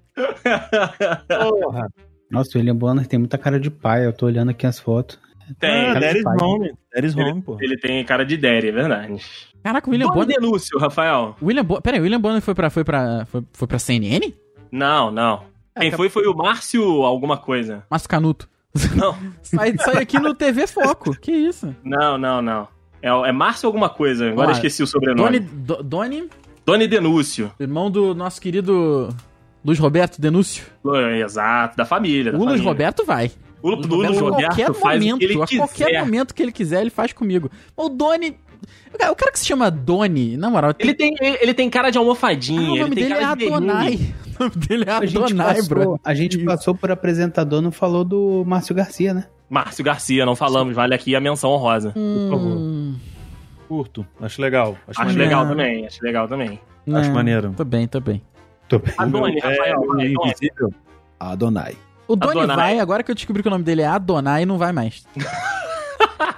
S3: Porra.
S5: Nossa, o William Bonner tem muita cara de pai. Eu tô olhando aqui as fotos.
S4: Tem.
S3: Ah, that is
S5: Pai.
S3: home. That is home, pô.
S4: Ele tem cara de Derry, é verdade.
S2: Caraca, o William
S4: William
S2: Bonner.
S4: denúncio, Rafael.
S2: William Bonner. Peraí, o William Bonner foi pra, foi pra, foi, foi pra CNN?
S4: Não, não. Quem
S2: Acab-
S4: foi foi o Márcio alguma coisa.
S2: Márcio Canuto.
S4: Não.
S2: sai, sai aqui no TV Foco. Que isso?
S4: Não, não, não. É, é Márcio alguma coisa, agora
S2: Olha,
S4: eu esqueci o sobrenome.
S2: Doni,
S4: Doni,
S2: Do- Doni,
S4: Denúcio.
S2: irmão do nosso querido Luiz Roberto Denúcio.
S4: Exato, da família. Da
S2: o Luiz
S4: família.
S2: Roberto vai.
S4: O Lu- Lu- Luiz
S2: a
S4: Roberto
S2: qualquer
S4: faz
S2: momento,
S4: o que ele
S2: a qualquer
S4: quiser.
S2: momento que ele quiser, ele faz comigo. O Doni. O cara- o cara que se chama Doni, na moral, tem
S4: Ele tem, ele, ele tem cara de
S2: Ah,
S4: almofadinha.
S2: o
S4: ele
S2: nome
S4: tem
S2: dele é
S4: cara de
S2: Adonai. O nome dele é
S5: A gente,
S2: Adonai, bro.
S5: passou, a gente
S2: Isso.
S5: passou por apresentador, não falou do Márcio Garcia, né?
S4: Márcio Garcia, não falamos, vale aqui a menção honrosa.
S2: Hum,
S3: favor. Curto. Acho legal. Acho,
S4: Acho
S3: maneiro.
S4: legal também, acho legal também.
S2: não,
S3: Acho maneiro.
S2: é. Tô bem, tô bem.
S4: Adonai, Rafael, vai, Adonai.
S3: invisível.
S7: Adonai.
S2: O Doni
S4: Adonai.
S2: vai, agora que eu descobri que o nome dele é Adonai, não vai mais.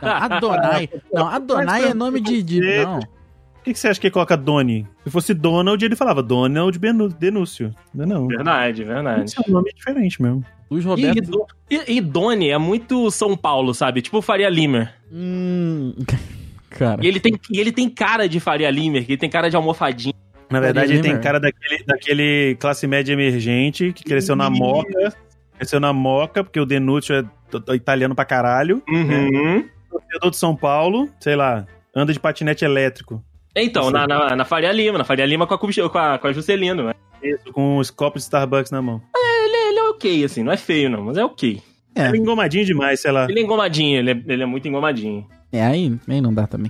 S2: Não, Adonai. Não, Adonai é nome de. de- não.
S3: Por que, que você acha que ele coloca Doni? Se fosse Donald, ele falava Donald Benu- Denúncio. Não, é não.
S4: Verdade, verdade.
S3: Esse é um nome diferente mesmo.
S2: Luiz
S4: E,
S2: Roberto.
S4: Do- e, e Doni é muito São Paulo, sabe? Tipo Faria Limer.
S2: Hum. Cara.
S4: E ele tem, e ele tem cara de Faria Limer, que ele tem cara de almofadinha.
S3: Na verdade, ele tem
S2: Limer.
S3: cara daquele, daquele classe média emergente que cresceu na moca. Cresceu na moca, porque o Denúcio é t- t- italiano pra caralho.
S4: Uhum.
S3: Torcedor de São Paulo, sei lá, anda de patinete elétrico.
S4: Então,
S3: Sim.
S4: na, na, na Faria Lima, na Faria Lima com a, Cubi- com a, com a Juscelino. né?
S3: Isso, com os copos de Starbucks na mão.
S4: Ele é ok, assim, não é feio não, mas é ok.
S2: É.
S3: Ele é engomadinho demais, sei lá.
S4: Ele é engomadinho, ele é, ele é muito engomadinho.
S2: É, aí, aí não dá também.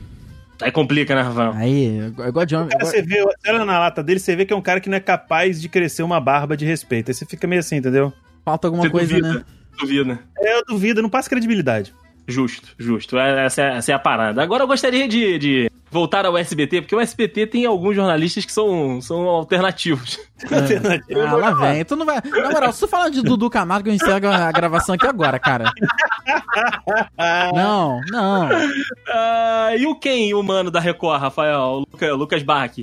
S4: Aí complica, né, Rafael?
S2: Aí, eu, eu gosto de homem. eu
S3: Cara,
S2: gosto-
S3: você vê, você olha na lata dele, você vê que é um cara que não é capaz de crescer uma barba de respeito. Aí você fica meio assim, entendeu?
S2: Falta alguma
S4: Você
S2: coisa,
S4: duvida,
S2: né?
S4: duvida.
S3: É, eu duvido, não passa credibilidade.
S4: Justo, justo. É- Essa é, essa é a parada. Agora eu gostaria de, de voltar ao SBT, porque o SBT tem alguns jornalistas que são, são alternativos.
S3: Alternativa.
S2: Ah, lá vem. Tu não vai. Na moral, se tu falar de Dudu Camargo, eu encerro a gravação aqui agora, cara. Não, não.
S4: Ah, e o quem humano da Record, Rafael? O Luca- Lucas Bach.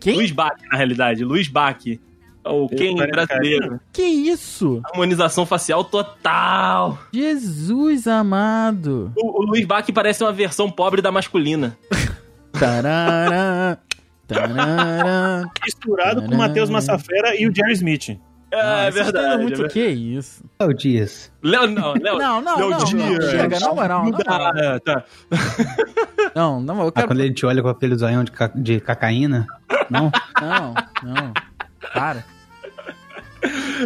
S2: Quem? um
S4: Luiz Bach, na realidade. Luiz Bach. É O quem
S3: cara,
S4: brasileiro.
S2: Que isso?
S4: Harmonização facial total.
S2: Jesus amado.
S4: O, o Luiz Bach parece uma versão pobre da masculina.
S2: Tarará. Tarará.
S3: Misturado com o Matheus Massafera e o Jerry Smith.
S4: É,
S2: Ah,
S4: é
S2: vocês estão indo
S4: verdade. é
S2: Muito
S4: verdade.
S2: que isso.
S5: Léo É Dias.
S4: Léo, não, Léo.
S2: Não, não, não.
S4: Léo
S2: não,
S4: Dias.
S2: Chega, na moral. na moral.
S4: Ah, tá.
S2: Não, não, eu
S5: Ah,
S2: quero.
S5: quando ele te olha com aquele zoião de, ca- de cacaína. Não?
S2: Não, não. Para.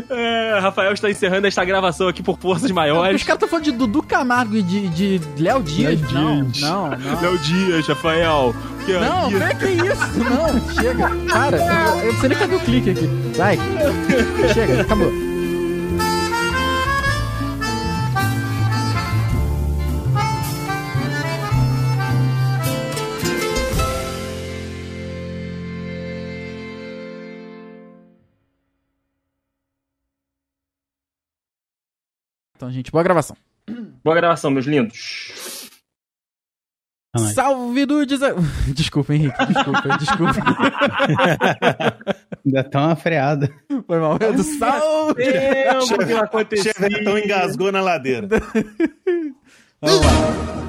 S4: É, Rafael está encerrando esta gravação aqui por forças
S2: Os
S4: maiores.
S2: caras estão falando de Dudu Camargo e de, de Léo Dias.
S5: Léo
S2: Não,
S5: Dias.
S2: não, não.
S4: Léo Dias, Rafael. Que
S2: Não,
S4: Dias.
S2: não é que isso, não, chega, para, eu- eu não sei nem cadê o clique aqui, vai, chega, acabou. Então, gente, boa gravação.
S4: Boa gravação, meus lindos.
S5: Ah, mas-
S2: Salve do desa... Desculpa, Henrique, desculpa, desculpa.
S5: Ainda tá uma freada.
S2: Foi mal. Do salve!
S4: Meu, o que
S3: Chevetão engasgou na ladeira.
S2: Vamos lá.